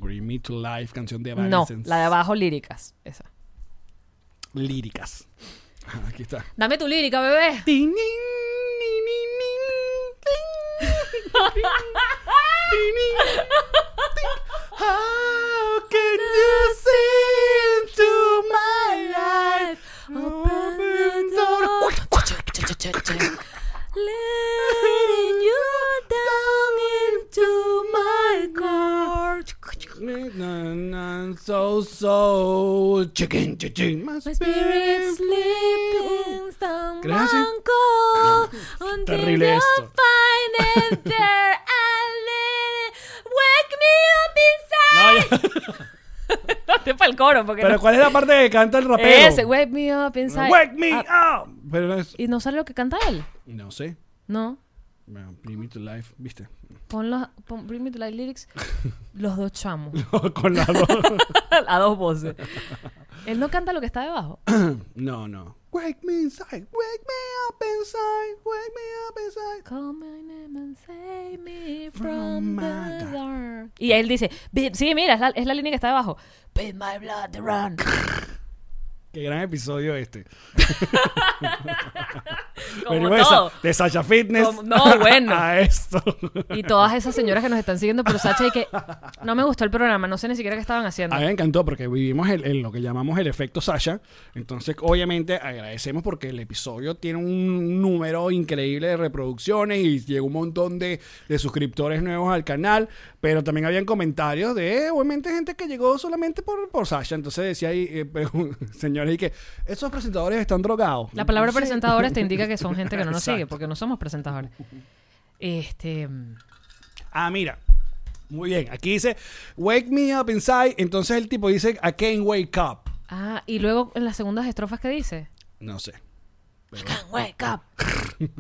Speaker 1: Bring Me to Life, canción de
Speaker 2: No,
Speaker 1: Evanescence.
Speaker 2: la de abajo, líricas. Esa.
Speaker 1: Líricas. Ajá, Aquí está.
Speaker 2: Dame tu lírica, bebé.
Speaker 1: Tinin, ninin, nin, tin, tin, tinin, tin. How can you see into my life? Open the door.
Speaker 2: Letting you down into my court.
Speaker 1: And I'm so so chicken chicken my
Speaker 2: My spirit
Speaker 1: spirit
Speaker 2: sleeping some
Speaker 1: Gracias.
Speaker 2: uncle until
Speaker 1: Terrible
Speaker 2: you
Speaker 1: esto.
Speaker 2: find it there and let it wake me up inside.
Speaker 1: No, ya.
Speaker 2: Date para el coro porque
Speaker 1: Pero
Speaker 2: no-
Speaker 1: ¿cuál es la parte que canta el rapero?
Speaker 2: Ese, wake me up inside.
Speaker 1: Wake me
Speaker 2: Ah,
Speaker 1: up. Pero no es-
Speaker 2: Y no sale lo que canta él.
Speaker 1: no sé.
Speaker 2: No.
Speaker 1: Bueno, Bring me to life, ¿viste?
Speaker 2: Pon los pon, bring me to life lyrics. Los dos chamos.
Speaker 1: Con las dos.
Speaker 2: a dos voces. Él no canta lo que está debajo.
Speaker 1: No, no. Wake me inside, wake me up inside, wake me up inside.
Speaker 2: Call my name and save me
Speaker 1: From
Speaker 2: from
Speaker 1: my
Speaker 2: the dark. Y él dice, "Be- sí, mira, es la, es la línea que está debajo. Beat my blood to run.
Speaker 1: Qué gran episodio este.
Speaker 2: Como
Speaker 1: Venimos de
Speaker 2: todo.
Speaker 1: Sa- de Sasha Fitness.
Speaker 2: Como- no, bueno.
Speaker 1: A esto.
Speaker 2: Y todas esas señoras que nos están siguiendo por Sacha y que no me gustó el programa, no sé ni siquiera qué estaban haciendo.
Speaker 1: A mí me encantó porque vivimos el, el- lo que llamamos el efecto Sasha. Entonces, obviamente, agradecemos porque el episodio tiene un número increíble de reproducciones y llegó un montón de, de suscriptores nuevos al canal. Pero también habían comentarios de, eh, obviamente, gente que llegó solamente por, por Sasha. Entonces decía ahí, eh, pero, señores, y que esos presentadores están drogados.
Speaker 2: La palabra
Speaker 1: Sí.
Speaker 2: presentadores te indica que son gente que no nos
Speaker 1: Exacto.
Speaker 2: sigue, porque no somos presentadores. Este. mm,
Speaker 1: Ah, mira. Muy bien. Aquí dice, Wake me up inside. Entonces el tipo dice, I can't wake up.
Speaker 2: Ah, y luego en las segundas estrofas, ¿qué dice?
Speaker 1: No sé.
Speaker 2: I can't wake up.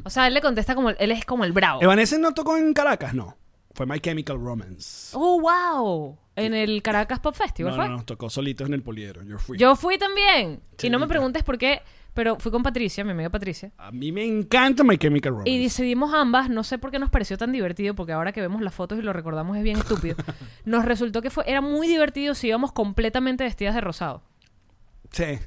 Speaker 2: o sea, él le contesta como. Él es como el bravo.
Speaker 1: Evanescence no tocó en Caracas, no. Fue My Chemical Romance.
Speaker 2: ¡Oh, wow! En el Caracas Pop Festival,
Speaker 1: No,
Speaker 2: ¿fue?
Speaker 1: no, no, tocó solitos en el poliedro. Yo fui.
Speaker 2: Yo fui también. Y no
Speaker 1: Chelita.
Speaker 2: me preguntes por qué, pero fui con Patricia, mi amiga Patricia.
Speaker 1: A mí me encanta My Chemical Romance.
Speaker 2: Y decidimos ambas, no sé por qué nos pareció tan divertido, porque ahora que vemos las fotos y lo recordamos es bien estúpido. Nos resultó que fue, era muy divertido si íbamos completamente vestidas de rosado.
Speaker 1: Sí.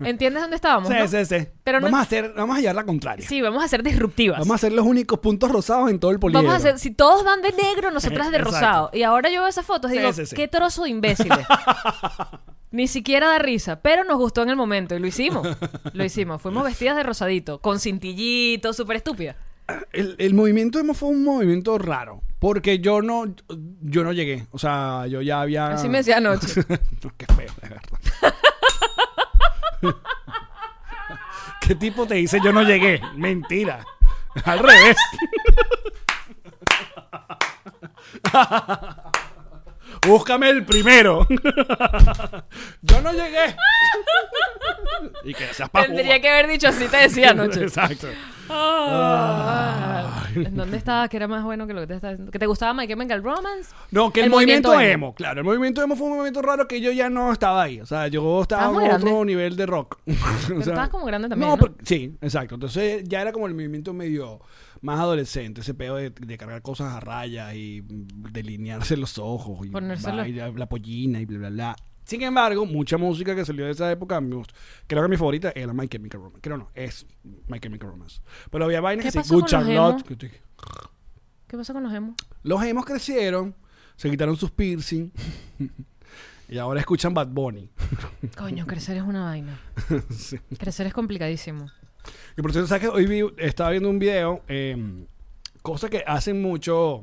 Speaker 2: ¿Entiendes dónde estábamos?
Speaker 1: sí,
Speaker 2: no?
Speaker 1: sí, sí.
Speaker 2: Pero no-
Speaker 1: vamos, a hacer, vamos a hallar la contraria.
Speaker 2: Sí, vamos a ser disruptivas.
Speaker 1: Vamos a hacer los únicos puntos rosados en todo el poliedro.
Speaker 2: Vamos a hacer, si todos van de negro, nosotras de
Speaker 1: Eh, Exacto.
Speaker 2: rosado. Y ahora yo veo esas fotos y
Speaker 1: Sí,
Speaker 2: digo,
Speaker 1: sí, sí.
Speaker 2: qué trozo de imbéciles. Ni siquiera da risa, pero nos gustó en el momento y lo hicimos. Lo hicimos. Fuimos vestidas de rosadito, con cintillito, súper estúpida.
Speaker 1: El, el movimiento emo fue un movimiento raro. Porque yo no, yo no llegué. O sea, yo ya había.
Speaker 2: Así me decía anoche.
Speaker 1: No, qué feo, de verdad. ¿Qué tipo te dice yo no llegué? Mentira. Al revés. búscame el primero. Yo no llegué. y que seas pa'
Speaker 2: Tendría
Speaker 1: jugar.
Speaker 2: que haber dicho así te decía anoche.
Speaker 1: Exacto.
Speaker 2: Ah. ¿En ¿Dónde estabas? Que era más bueno que lo que te estaba diciendo. ¿Que te gustaba My Chemical Romance?
Speaker 1: No, que el, movimiento, emo. claro, el movimiento emo fue un movimiento raro que yo ya no estaba ahí. O sea, yo estaba
Speaker 2: Estabas
Speaker 1: en
Speaker 2: muy
Speaker 1: otro
Speaker 2: grande.
Speaker 1: nivel de rock. O sea,
Speaker 2: estabas como grande también, ¿no?
Speaker 1: pero- sí, exacto. Entonces ya era como el movimiento medio más adolescente, ese pedo de, de cargar cosas a raya y mm, delinearse los ojos y
Speaker 2: Ponérselo.
Speaker 1: vaina, la pollina y bla, bla, bla. Sin embargo, mucha música que salió de esa época, me gust- creo que mi favorita era My Chemical Romance. Creo no, es My Chemical Romance. Pero había vainas
Speaker 2: ¿Qué
Speaker 1: que sí,
Speaker 2: pasó
Speaker 1: Good
Speaker 2: con los
Speaker 1: Charlotte.
Speaker 2: emo?
Speaker 1: que te-
Speaker 2: ¿Qué pasó con los emo?
Speaker 1: los emos crecieron, se quitaron sus piercing y ahora escuchan Bad Bunny.
Speaker 2: Coño, crecer es una vaina.
Speaker 1: Sí.
Speaker 2: Crecer es complicadísimo.
Speaker 1: Y por cierto, ¿sabes que hoy vi- estaba viendo un video, eh, cosa que hacen mucho.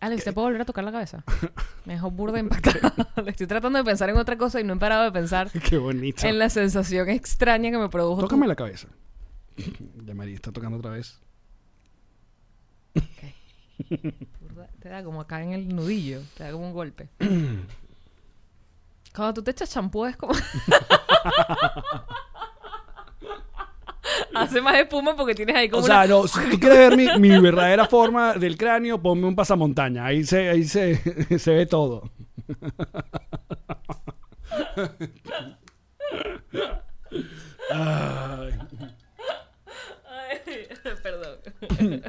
Speaker 2: Alex, ¿te puedo volver a tocar la cabeza? Me dejó burda impactada. Estoy tratando de pensar en otra cosa y no he parado de pensar
Speaker 1: Qué bonito.
Speaker 2: en la sensación extraña que me produjo. tu-
Speaker 1: Tócame la cabeza. Ya María está tocando otra vez.
Speaker 2: Burda- Te da como acá en el nudillo, te da como un golpe. Cuando tú te echas champú es como... Hace más espuma porque tienes ahí como
Speaker 1: O sea,
Speaker 2: una-
Speaker 1: no, si tú quieres ver mi, mi verdadera forma del cráneo, ponme un pasamontaña. Ahí se, ahí se, se ve todo.
Speaker 2: Ay, Perdón.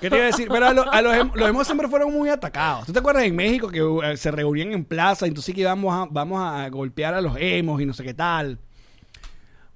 Speaker 1: ¿Qué te iba a decir? Pero a, lo- a los, em- los emos siempre fueron muy atacados. ¿Tú te acuerdas en México que eh, se reunían en plaza? Entonces que íbamos a, vamos a golpear a los emos y no sé qué tal.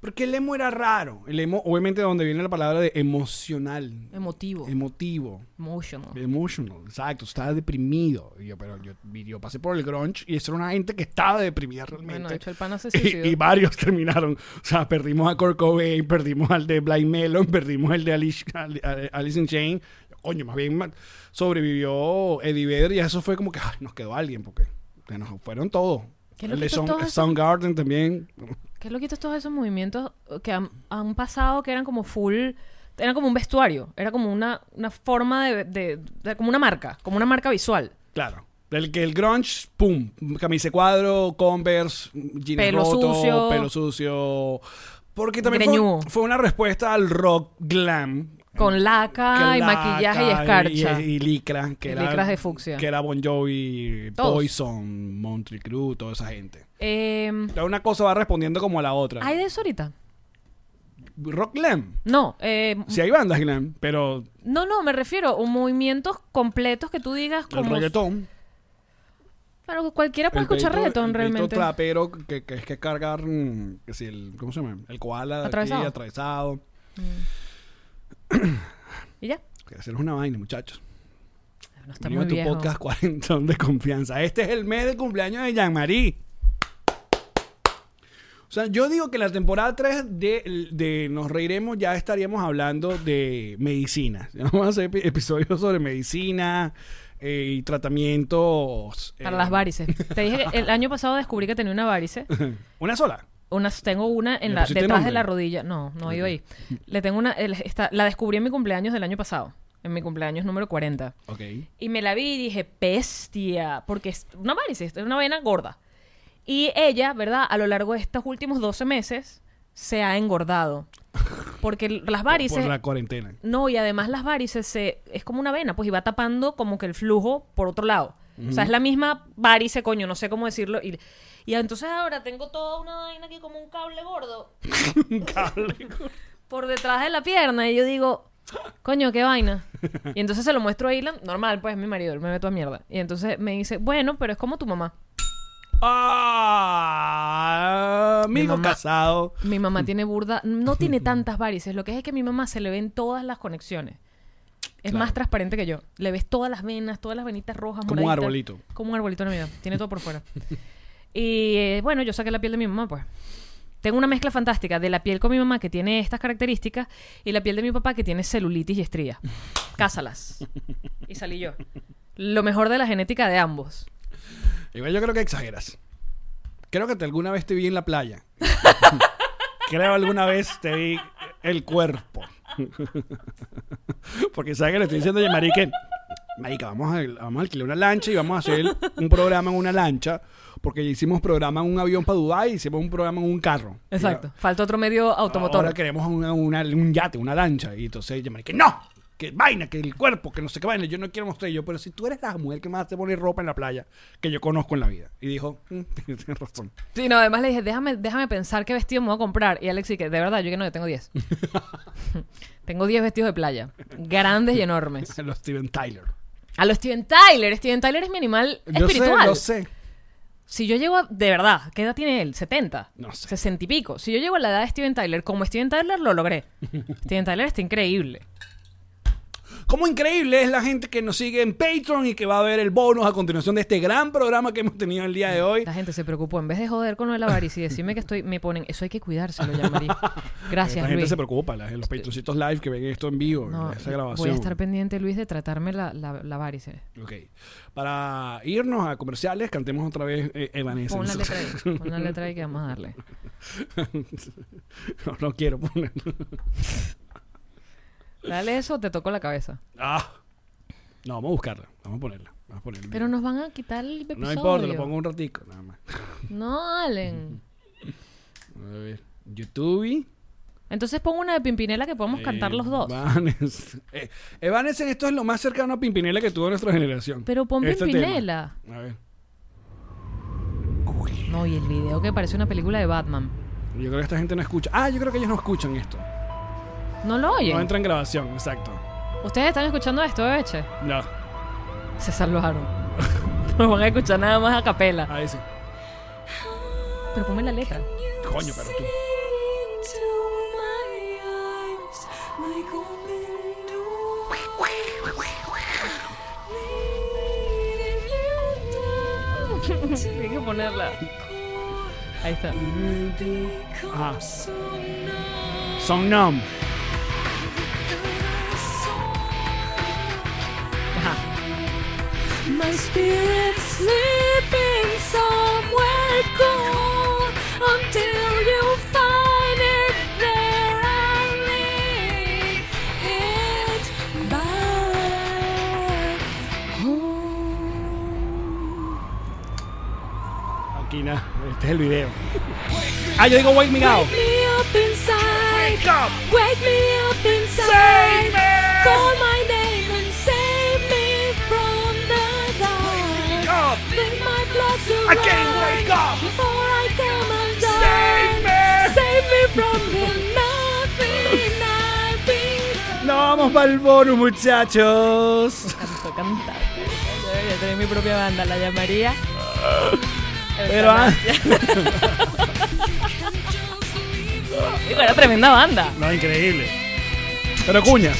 Speaker 1: Porque el emo era raro. El emo, obviamente, donde viene la palabra de emocional,
Speaker 2: Emotivo.
Speaker 1: Em- emotivo,
Speaker 2: Emotional.
Speaker 1: emotional, exacto. Estaba deprimido. Y yo, pero yo, yo pasé por el grunge y eso era una gente que estaba deprimida realmente.
Speaker 2: Bueno, de hecho, el pana se
Speaker 1: Y,
Speaker 2: suicidó.
Speaker 1: y varios terminaron. O sea, perdimos a Kurt Cobain, perdimos al de Blind Melon, perdimos al de Alice, al- al- Alice in Chain. Coño, más bien ma- sobrevivió Eddie Vedder y eso fue como que ay, nos quedó alguien porque se nos fueron todos.
Speaker 2: Qué
Speaker 1: El de
Speaker 2: loquito
Speaker 1: Sound-
Speaker 2: todo eso.
Speaker 1: Soundgarden también.
Speaker 2: ¿Qué es lo que todos esos movimientos que han, han pasado que eran como full... Era como un vestuario, era como una, una forma de, de- de- como una marca, como una marca visual.
Speaker 1: Claro. El que el grunge, pum, camisa de cuadro, Converse, jeans
Speaker 2: Pelo
Speaker 1: rotos,
Speaker 2: sucio.
Speaker 1: pelo sucio. Porque también fue,
Speaker 2: Greñudo.
Speaker 1: fue una respuesta al rock glam
Speaker 2: Con laca, y
Speaker 1: que
Speaker 2: maquillaje y
Speaker 1: Mm. laca
Speaker 2: escarcha.
Speaker 1: Y, y licras, que
Speaker 2: Y
Speaker 1: era,
Speaker 2: licras de fucsia.
Speaker 1: Que era Bon Jovi,
Speaker 2: Todos.
Speaker 1: Poison, Montreal Crue, toda esa gente.
Speaker 2: Em,
Speaker 1: La una cosa va respondiendo como a la otra.
Speaker 2: ¿Hay de eso ahorita?
Speaker 1: Rock glam.
Speaker 2: No, em,
Speaker 1: Sí hay bandas glam, pero
Speaker 2: no, no, me refiero a movimientos completos que tú digas
Speaker 1: el
Speaker 2: como...
Speaker 1: reggaetón...
Speaker 2: Claro, cualquiera puede
Speaker 1: el
Speaker 2: escuchar
Speaker 1: pedito-
Speaker 2: reggaetón
Speaker 1: el pedito
Speaker 2: realmente.
Speaker 1: trapero que, que es que cargar... mm, Que si el, ¿Cómo se llama? El koala de aquí,
Speaker 2: Atravesado.
Speaker 1: atravesado.
Speaker 2: Y ya.
Speaker 1: Que hacer una vaina, muchachos.
Speaker 2: No está
Speaker 1: Bienvenido
Speaker 2: muy
Speaker 1: a tu
Speaker 2: viejo.
Speaker 1: podcast Cuarentón de Confianza. Este es el mes del cumpleaños de Jean-Marie. O sea, yo digo que la temporada 3 de, de Nos Reiremos ya estaríamos hablando de medicina. Vamos a hacer epi- episodios sobre medicina eh, y tratamientos. eh,
Speaker 2: Para las varices. Te dije que el año pasado descubrí que tenía una varice.
Speaker 1: ¿Una sola?
Speaker 2: Unas, tengo una en
Speaker 1: ¿Le
Speaker 2: la,
Speaker 1: pusiste
Speaker 2: detrás
Speaker 1: nombre?
Speaker 2: de la rodilla. No, no he ido ahí. Le tengo una, el- esta- la descubrí en mi cumpleaños del año pasado, en mi cumpleaños número 40.
Speaker 1: Ok.
Speaker 2: Y me la vi y dije, bestia, porque es una varice, es una vena gorda. Y ella, ¿verdad? A lo largo de estos últimos 12 meses se ha engordado. Porque l- las varices...
Speaker 1: Por la cuarentena.
Speaker 2: No, y además las varices se, es como una vena, pues y va tapando como que el flujo por otro lado. O sea, es la misma varice, coño, no sé cómo decirlo. Y, y entonces ahora tengo toda una vaina aquí como un cable gordo
Speaker 1: Un cable.
Speaker 2: por detrás de la pierna. Y yo digo, coño, qué vaina. Y entonces se lo muestro a Ilan, normal, pues es mi marido, él me ve toda mierda. Y entonces me dice, bueno, pero es como tu mamá.
Speaker 1: Ah,
Speaker 2: Mi
Speaker 1: amigo
Speaker 2: mamá.
Speaker 1: casado.
Speaker 2: Mi mamá tiene burda, no tiene tantas varices. Lo que es es que a mi mamá se le ven todas las conexiones. Es
Speaker 1: Claro.
Speaker 2: más transparente que yo. Le ves todas las venas, todas las venitas rojas.
Speaker 1: Como un
Speaker 2: moraditas.
Speaker 1: arbolito.
Speaker 2: Como un arbolito en mi vida. Tiene todo por fuera. y eh, bueno, yo saqué la piel de mi mamá, pues. Tengo una mezcla fantástica de la piel con mi mamá que tiene estas características y la piel de mi papá que tiene celulitis y estrías. Cásalas. Y salí yo. Lo mejor de la genética de ambos.
Speaker 1: Igual yo creo que exageras. Creo que te alguna vez te vi en la playa. creo alguna vez te vi el cuerpo. Porque sabes que le estoy diciendo a Yamari que Marica, vamos a, vamos a alquilar una lancha y vamos a hacer un programa en una lancha. Porque ya hicimos programa en un avión para Dubái, hicimos un programa en un carro.
Speaker 2: Exacto. Falta otro medio
Speaker 1: Y ahora-
Speaker 2: automotor.
Speaker 1: Ahora queremos una- una- un yate, una lancha. Y entonces yo me dije, no, que vaina, que el cuerpo, que no sé qué vaina. Yo no quiero mostrar. Y yo, pero si tú eres la mujer que más te pone ropa en la playa que yo conozco en la vida. Y dijo, "Mm, tienes razón.
Speaker 2: Sí, no, además le dije, déjame, déjame pensar qué vestido me voy a comprar. Y Alex sí que, de verdad, yo que no, yo tengo 10. tengo 10 vestidos de playa. Grandes y enormes.
Speaker 1: Los Steven Tyler.
Speaker 2: A lo Steven Tyler. Steven Tyler es mi animal
Speaker 1: Yo sé,
Speaker 2: espiritual.
Speaker 1: lo sé.
Speaker 2: Si yo llego a, de verdad, ¿qué edad tiene él? 70.
Speaker 1: No sé.
Speaker 2: 60 y pico. Si yo llego a la edad de Steven Tyler, como Steven Tyler, lo logré. Steven Tyler está increíble.
Speaker 1: Cómo increíble es la gente que nos sigue en Patreon y que va a ver el bonus a continuación de este gran programa que hemos tenido el día de hoy.
Speaker 2: La gente se preocupó. En vez de joder con lo de la avaricia y decirme que estoy, me ponen, eso hay que cuidárselo, ya, María.
Speaker 1: la
Speaker 2: Gracias,
Speaker 1: gente
Speaker 2: Luis.
Speaker 1: se preocupa, la- los patroncitos live que ven esto en vivo,
Speaker 2: No,
Speaker 1: esa
Speaker 2: voy
Speaker 1: grabación.
Speaker 2: a estar pendiente, Luis, de tratarme la, la, la varice.
Speaker 1: Ok. Para irnos a comerciales, cantemos otra vez eh,
Speaker 2: Pon una
Speaker 1: Evanescence.
Speaker 2: letra ahí. Pon una letra ahí que vamos a darle.
Speaker 1: no, no quiero ponerlo.
Speaker 2: Dale eso, te toco la cabeza.
Speaker 1: Ah. No, vamos a buscarla. Vamos a ponerla. Vamos a ponerla.
Speaker 2: Pero nos van a quitar el episodio.
Speaker 1: no importa, lo pongo un ratico, nada más.
Speaker 2: No, Allen.
Speaker 1: A ver. YouTube. Eh,
Speaker 2: Entonces pongo una de Pimpinela que podamos cantar los dos.
Speaker 1: Evanes. Eh, Evanescence, esto es lo más cercano a Pimpinela que tuvo nuestra generación.
Speaker 2: Pero pon
Speaker 1: Este tema.
Speaker 2: Pimpinela.
Speaker 1: A ver.
Speaker 2: No, y el video que parece una película de Batman.
Speaker 1: Yo creo que esta gente no escucha. Ah, yo creo que ellos no escuchan esto.
Speaker 2: No lo oyen.
Speaker 1: No entra en grabación, exacto.
Speaker 2: Ustedes están escuchando esto, Eche.
Speaker 1: No,
Speaker 2: Se salvaron. Nos van a escuchar nada más a capela.
Speaker 1: ahí sí.
Speaker 2: Pero ponme la letra.
Speaker 1: Coño, pero tú.
Speaker 2: Tiene que ponerla. Ahí está.
Speaker 1: Ajá. Son Nom.
Speaker 2: Ajá.
Speaker 4: Uh-huh. My spirit sleeping somewhere cool until you find it there. I leave it back home.
Speaker 1: Aquí nada. Este es el video. Ah, yo digo Wake Me Out.
Speaker 4: Wake me up inside.
Speaker 1: Wake up.
Speaker 4: Wake me up inside. Call my name and save me from the dark.
Speaker 1: up.
Speaker 4: Make my blood survive.
Speaker 1: wake up.
Speaker 4: Before I come undone.
Speaker 1: Save me.
Speaker 4: Save me from the nothing I've been.
Speaker 1: No vamos para el bonus, muchachos.
Speaker 2: Canto, cantar. Yo debería tener mi propia banda, la llamaría.
Speaker 1: Pero ah. antes.
Speaker 4: Just leave me.
Speaker 2: Digo, era tremenda banda.
Speaker 1: No, increíble. Pero cuñas.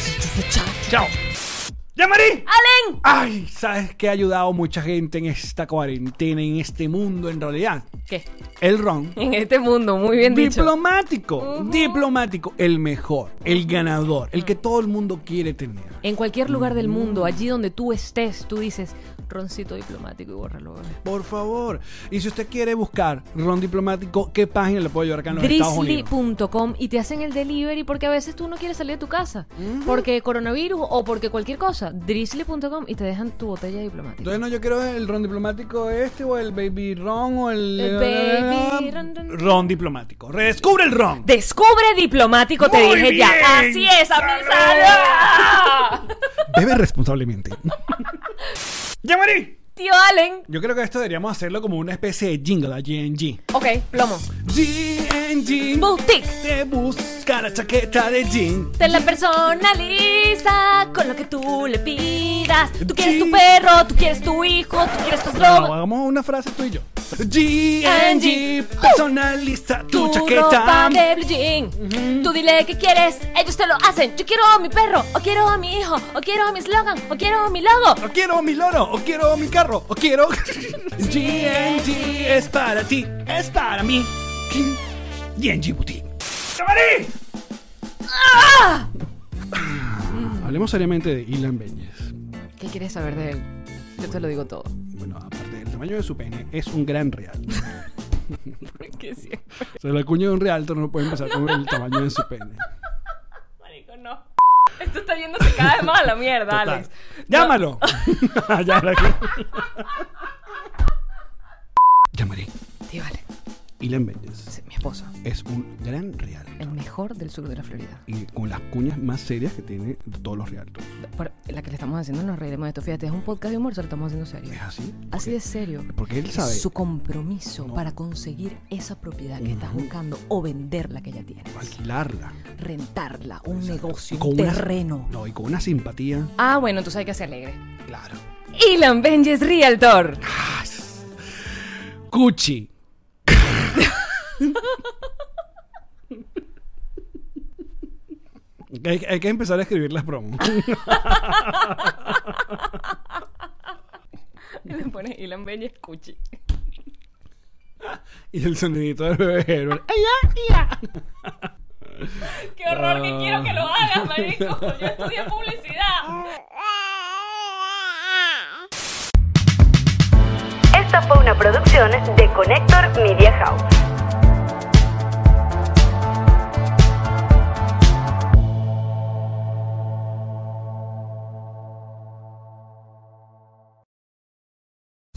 Speaker 1: Chao. ¡Ya, Marí!
Speaker 2: ¡Allen!
Speaker 1: Ay, ¿sabes qué ha ayudado a mucha gente en esta cuarentena, en este mundo en realidad?
Speaker 2: ¿Qué?
Speaker 1: El ron.
Speaker 2: En este mundo, muy bien dicho.
Speaker 1: Diplomático, diplomático, el mejor, el ganador, el que todo el mundo quiere tener.
Speaker 2: En cualquier lugar del mundo, allí donde tú estés, tú dices roncito diplomático y bórralo. bebé".
Speaker 1: Por favor. Y si usted quiere buscar ron diplomático, ¿qué página le puedo llevar acá Ah, en los Estados Unidos?
Speaker 2: Drizzly.com y te hacen el delivery porque a veces tú no quieres salir de tu casa. Porque coronavirus o porque cualquier cosa. Drizzly.com y te dejan tu botella diplomática.
Speaker 1: Entonces no, yo quiero el ron diplomático este o el baby ron o el... eh, ah,
Speaker 2: El baby ron, ron.
Speaker 1: Ron diplomático. Redescubre el ron.
Speaker 2: Descubre diplomático, te
Speaker 1: Muy
Speaker 2: dije
Speaker 1: bien,
Speaker 2: ya. Así es,
Speaker 1: salud.
Speaker 2: amizada.
Speaker 1: Bebe responsablemente. ¡Ya, Marí!
Speaker 2: Tío Allen.
Speaker 1: Yo creo que esto deberíamos hacerlo como una especie de jingle a GNG.
Speaker 2: Ok, plomo.
Speaker 1: GNG.
Speaker 2: Boutique.
Speaker 1: Te busca la chaqueta de jean.
Speaker 2: Te la personaliza con lo que tú le pidas. Tú quieres tu
Speaker 1: Sí.
Speaker 2: perro, tú quieres tu hijo, tú quieres tu
Speaker 1: No,
Speaker 2: eslogan.
Speaker 1: hagamos una frase tú y yo. GNG. Personaliza tu chaqueta.
Speaker 4: ropa de blue jean. Tú dile qué quieres, ellos te lo hacen. Yo quiero a mi perro, o quiero a mi hijo, o quiero a mi slogan, o quiero a mi logo.
Speaker 1: O quiero mi loro, o quiero mi carro, o quiero. GNG es para ti, es para mí. GNG Boutique. ¡Camarín! Ah. Hablemos seriamente de Ilan Beñez.
Speaker 2: ¿Qué quieres saber de él? Yo te lo digo todo.
Speaker 1: Bueno, aparte del tamaño de su pene, es un gran real.
Speaker 2: Porque siempre,
Speaker 1: O sea, la cuña de un realtor no puede empezar con el tamaño de su pene.
Speaker 2: marico, no. Esto está yéndose cada vez más a la mierda, Alex.
Speaker 1: Llámalo. Llámalo. Llamaré.
Speaker 2: Tío, Alex,
Speaker 1: Ilan Méndez
Speaker 2: es mi esposo,
Speaker 1: es un gran real.
Speaker 2: el mejor del sur de la Florida.
Speaker 1: Y con las cuñas más serias que tiene de todos los realtos.
Speaker 2: Por- la que le estamos haciendo nos reiremos de esto. Fíjate, es un podcast de humor, se lo estamos haciendo serio.
Speaker 1: ¿Es así?
Speaker 2: Así de serio.
Speaker 1: Porque él
Speaker 2: Es
Speaker 1: sabe.
Speaker 2: Su compromiso
Speaker 1: No.
Speaker 2: para conseguir esa propiedad que estás buscando o venderla que ya tienes.
Speaker 1: Alquilarla.
Speaker 2: Rentarla, un negocio,
Speaker 1: Y con
Speaker 2: un
Speaker 1: una-
Speaker 2: terreno.
Speaker 1: no, y con una simpatía.
Speaker 2: Ah, bueno, entonces hay que ser alegre.
Speaker 1: Claro.
Speaker 2: Ilan Benjes Realtor.
Speaker 1: Cuchi. hay, hay que empezar a escribir las promos.
Speaker 2: Le pones Ilan Benjes Cuchi.
Speaker 1: y el sonidito del bebé Herbert. ¡Ay,
Speaker 2: Qué horror que quiero que lo hagas, marico. Yo estudié publicidad.
Speaker 5: Esta fue una producción de Connector Media House.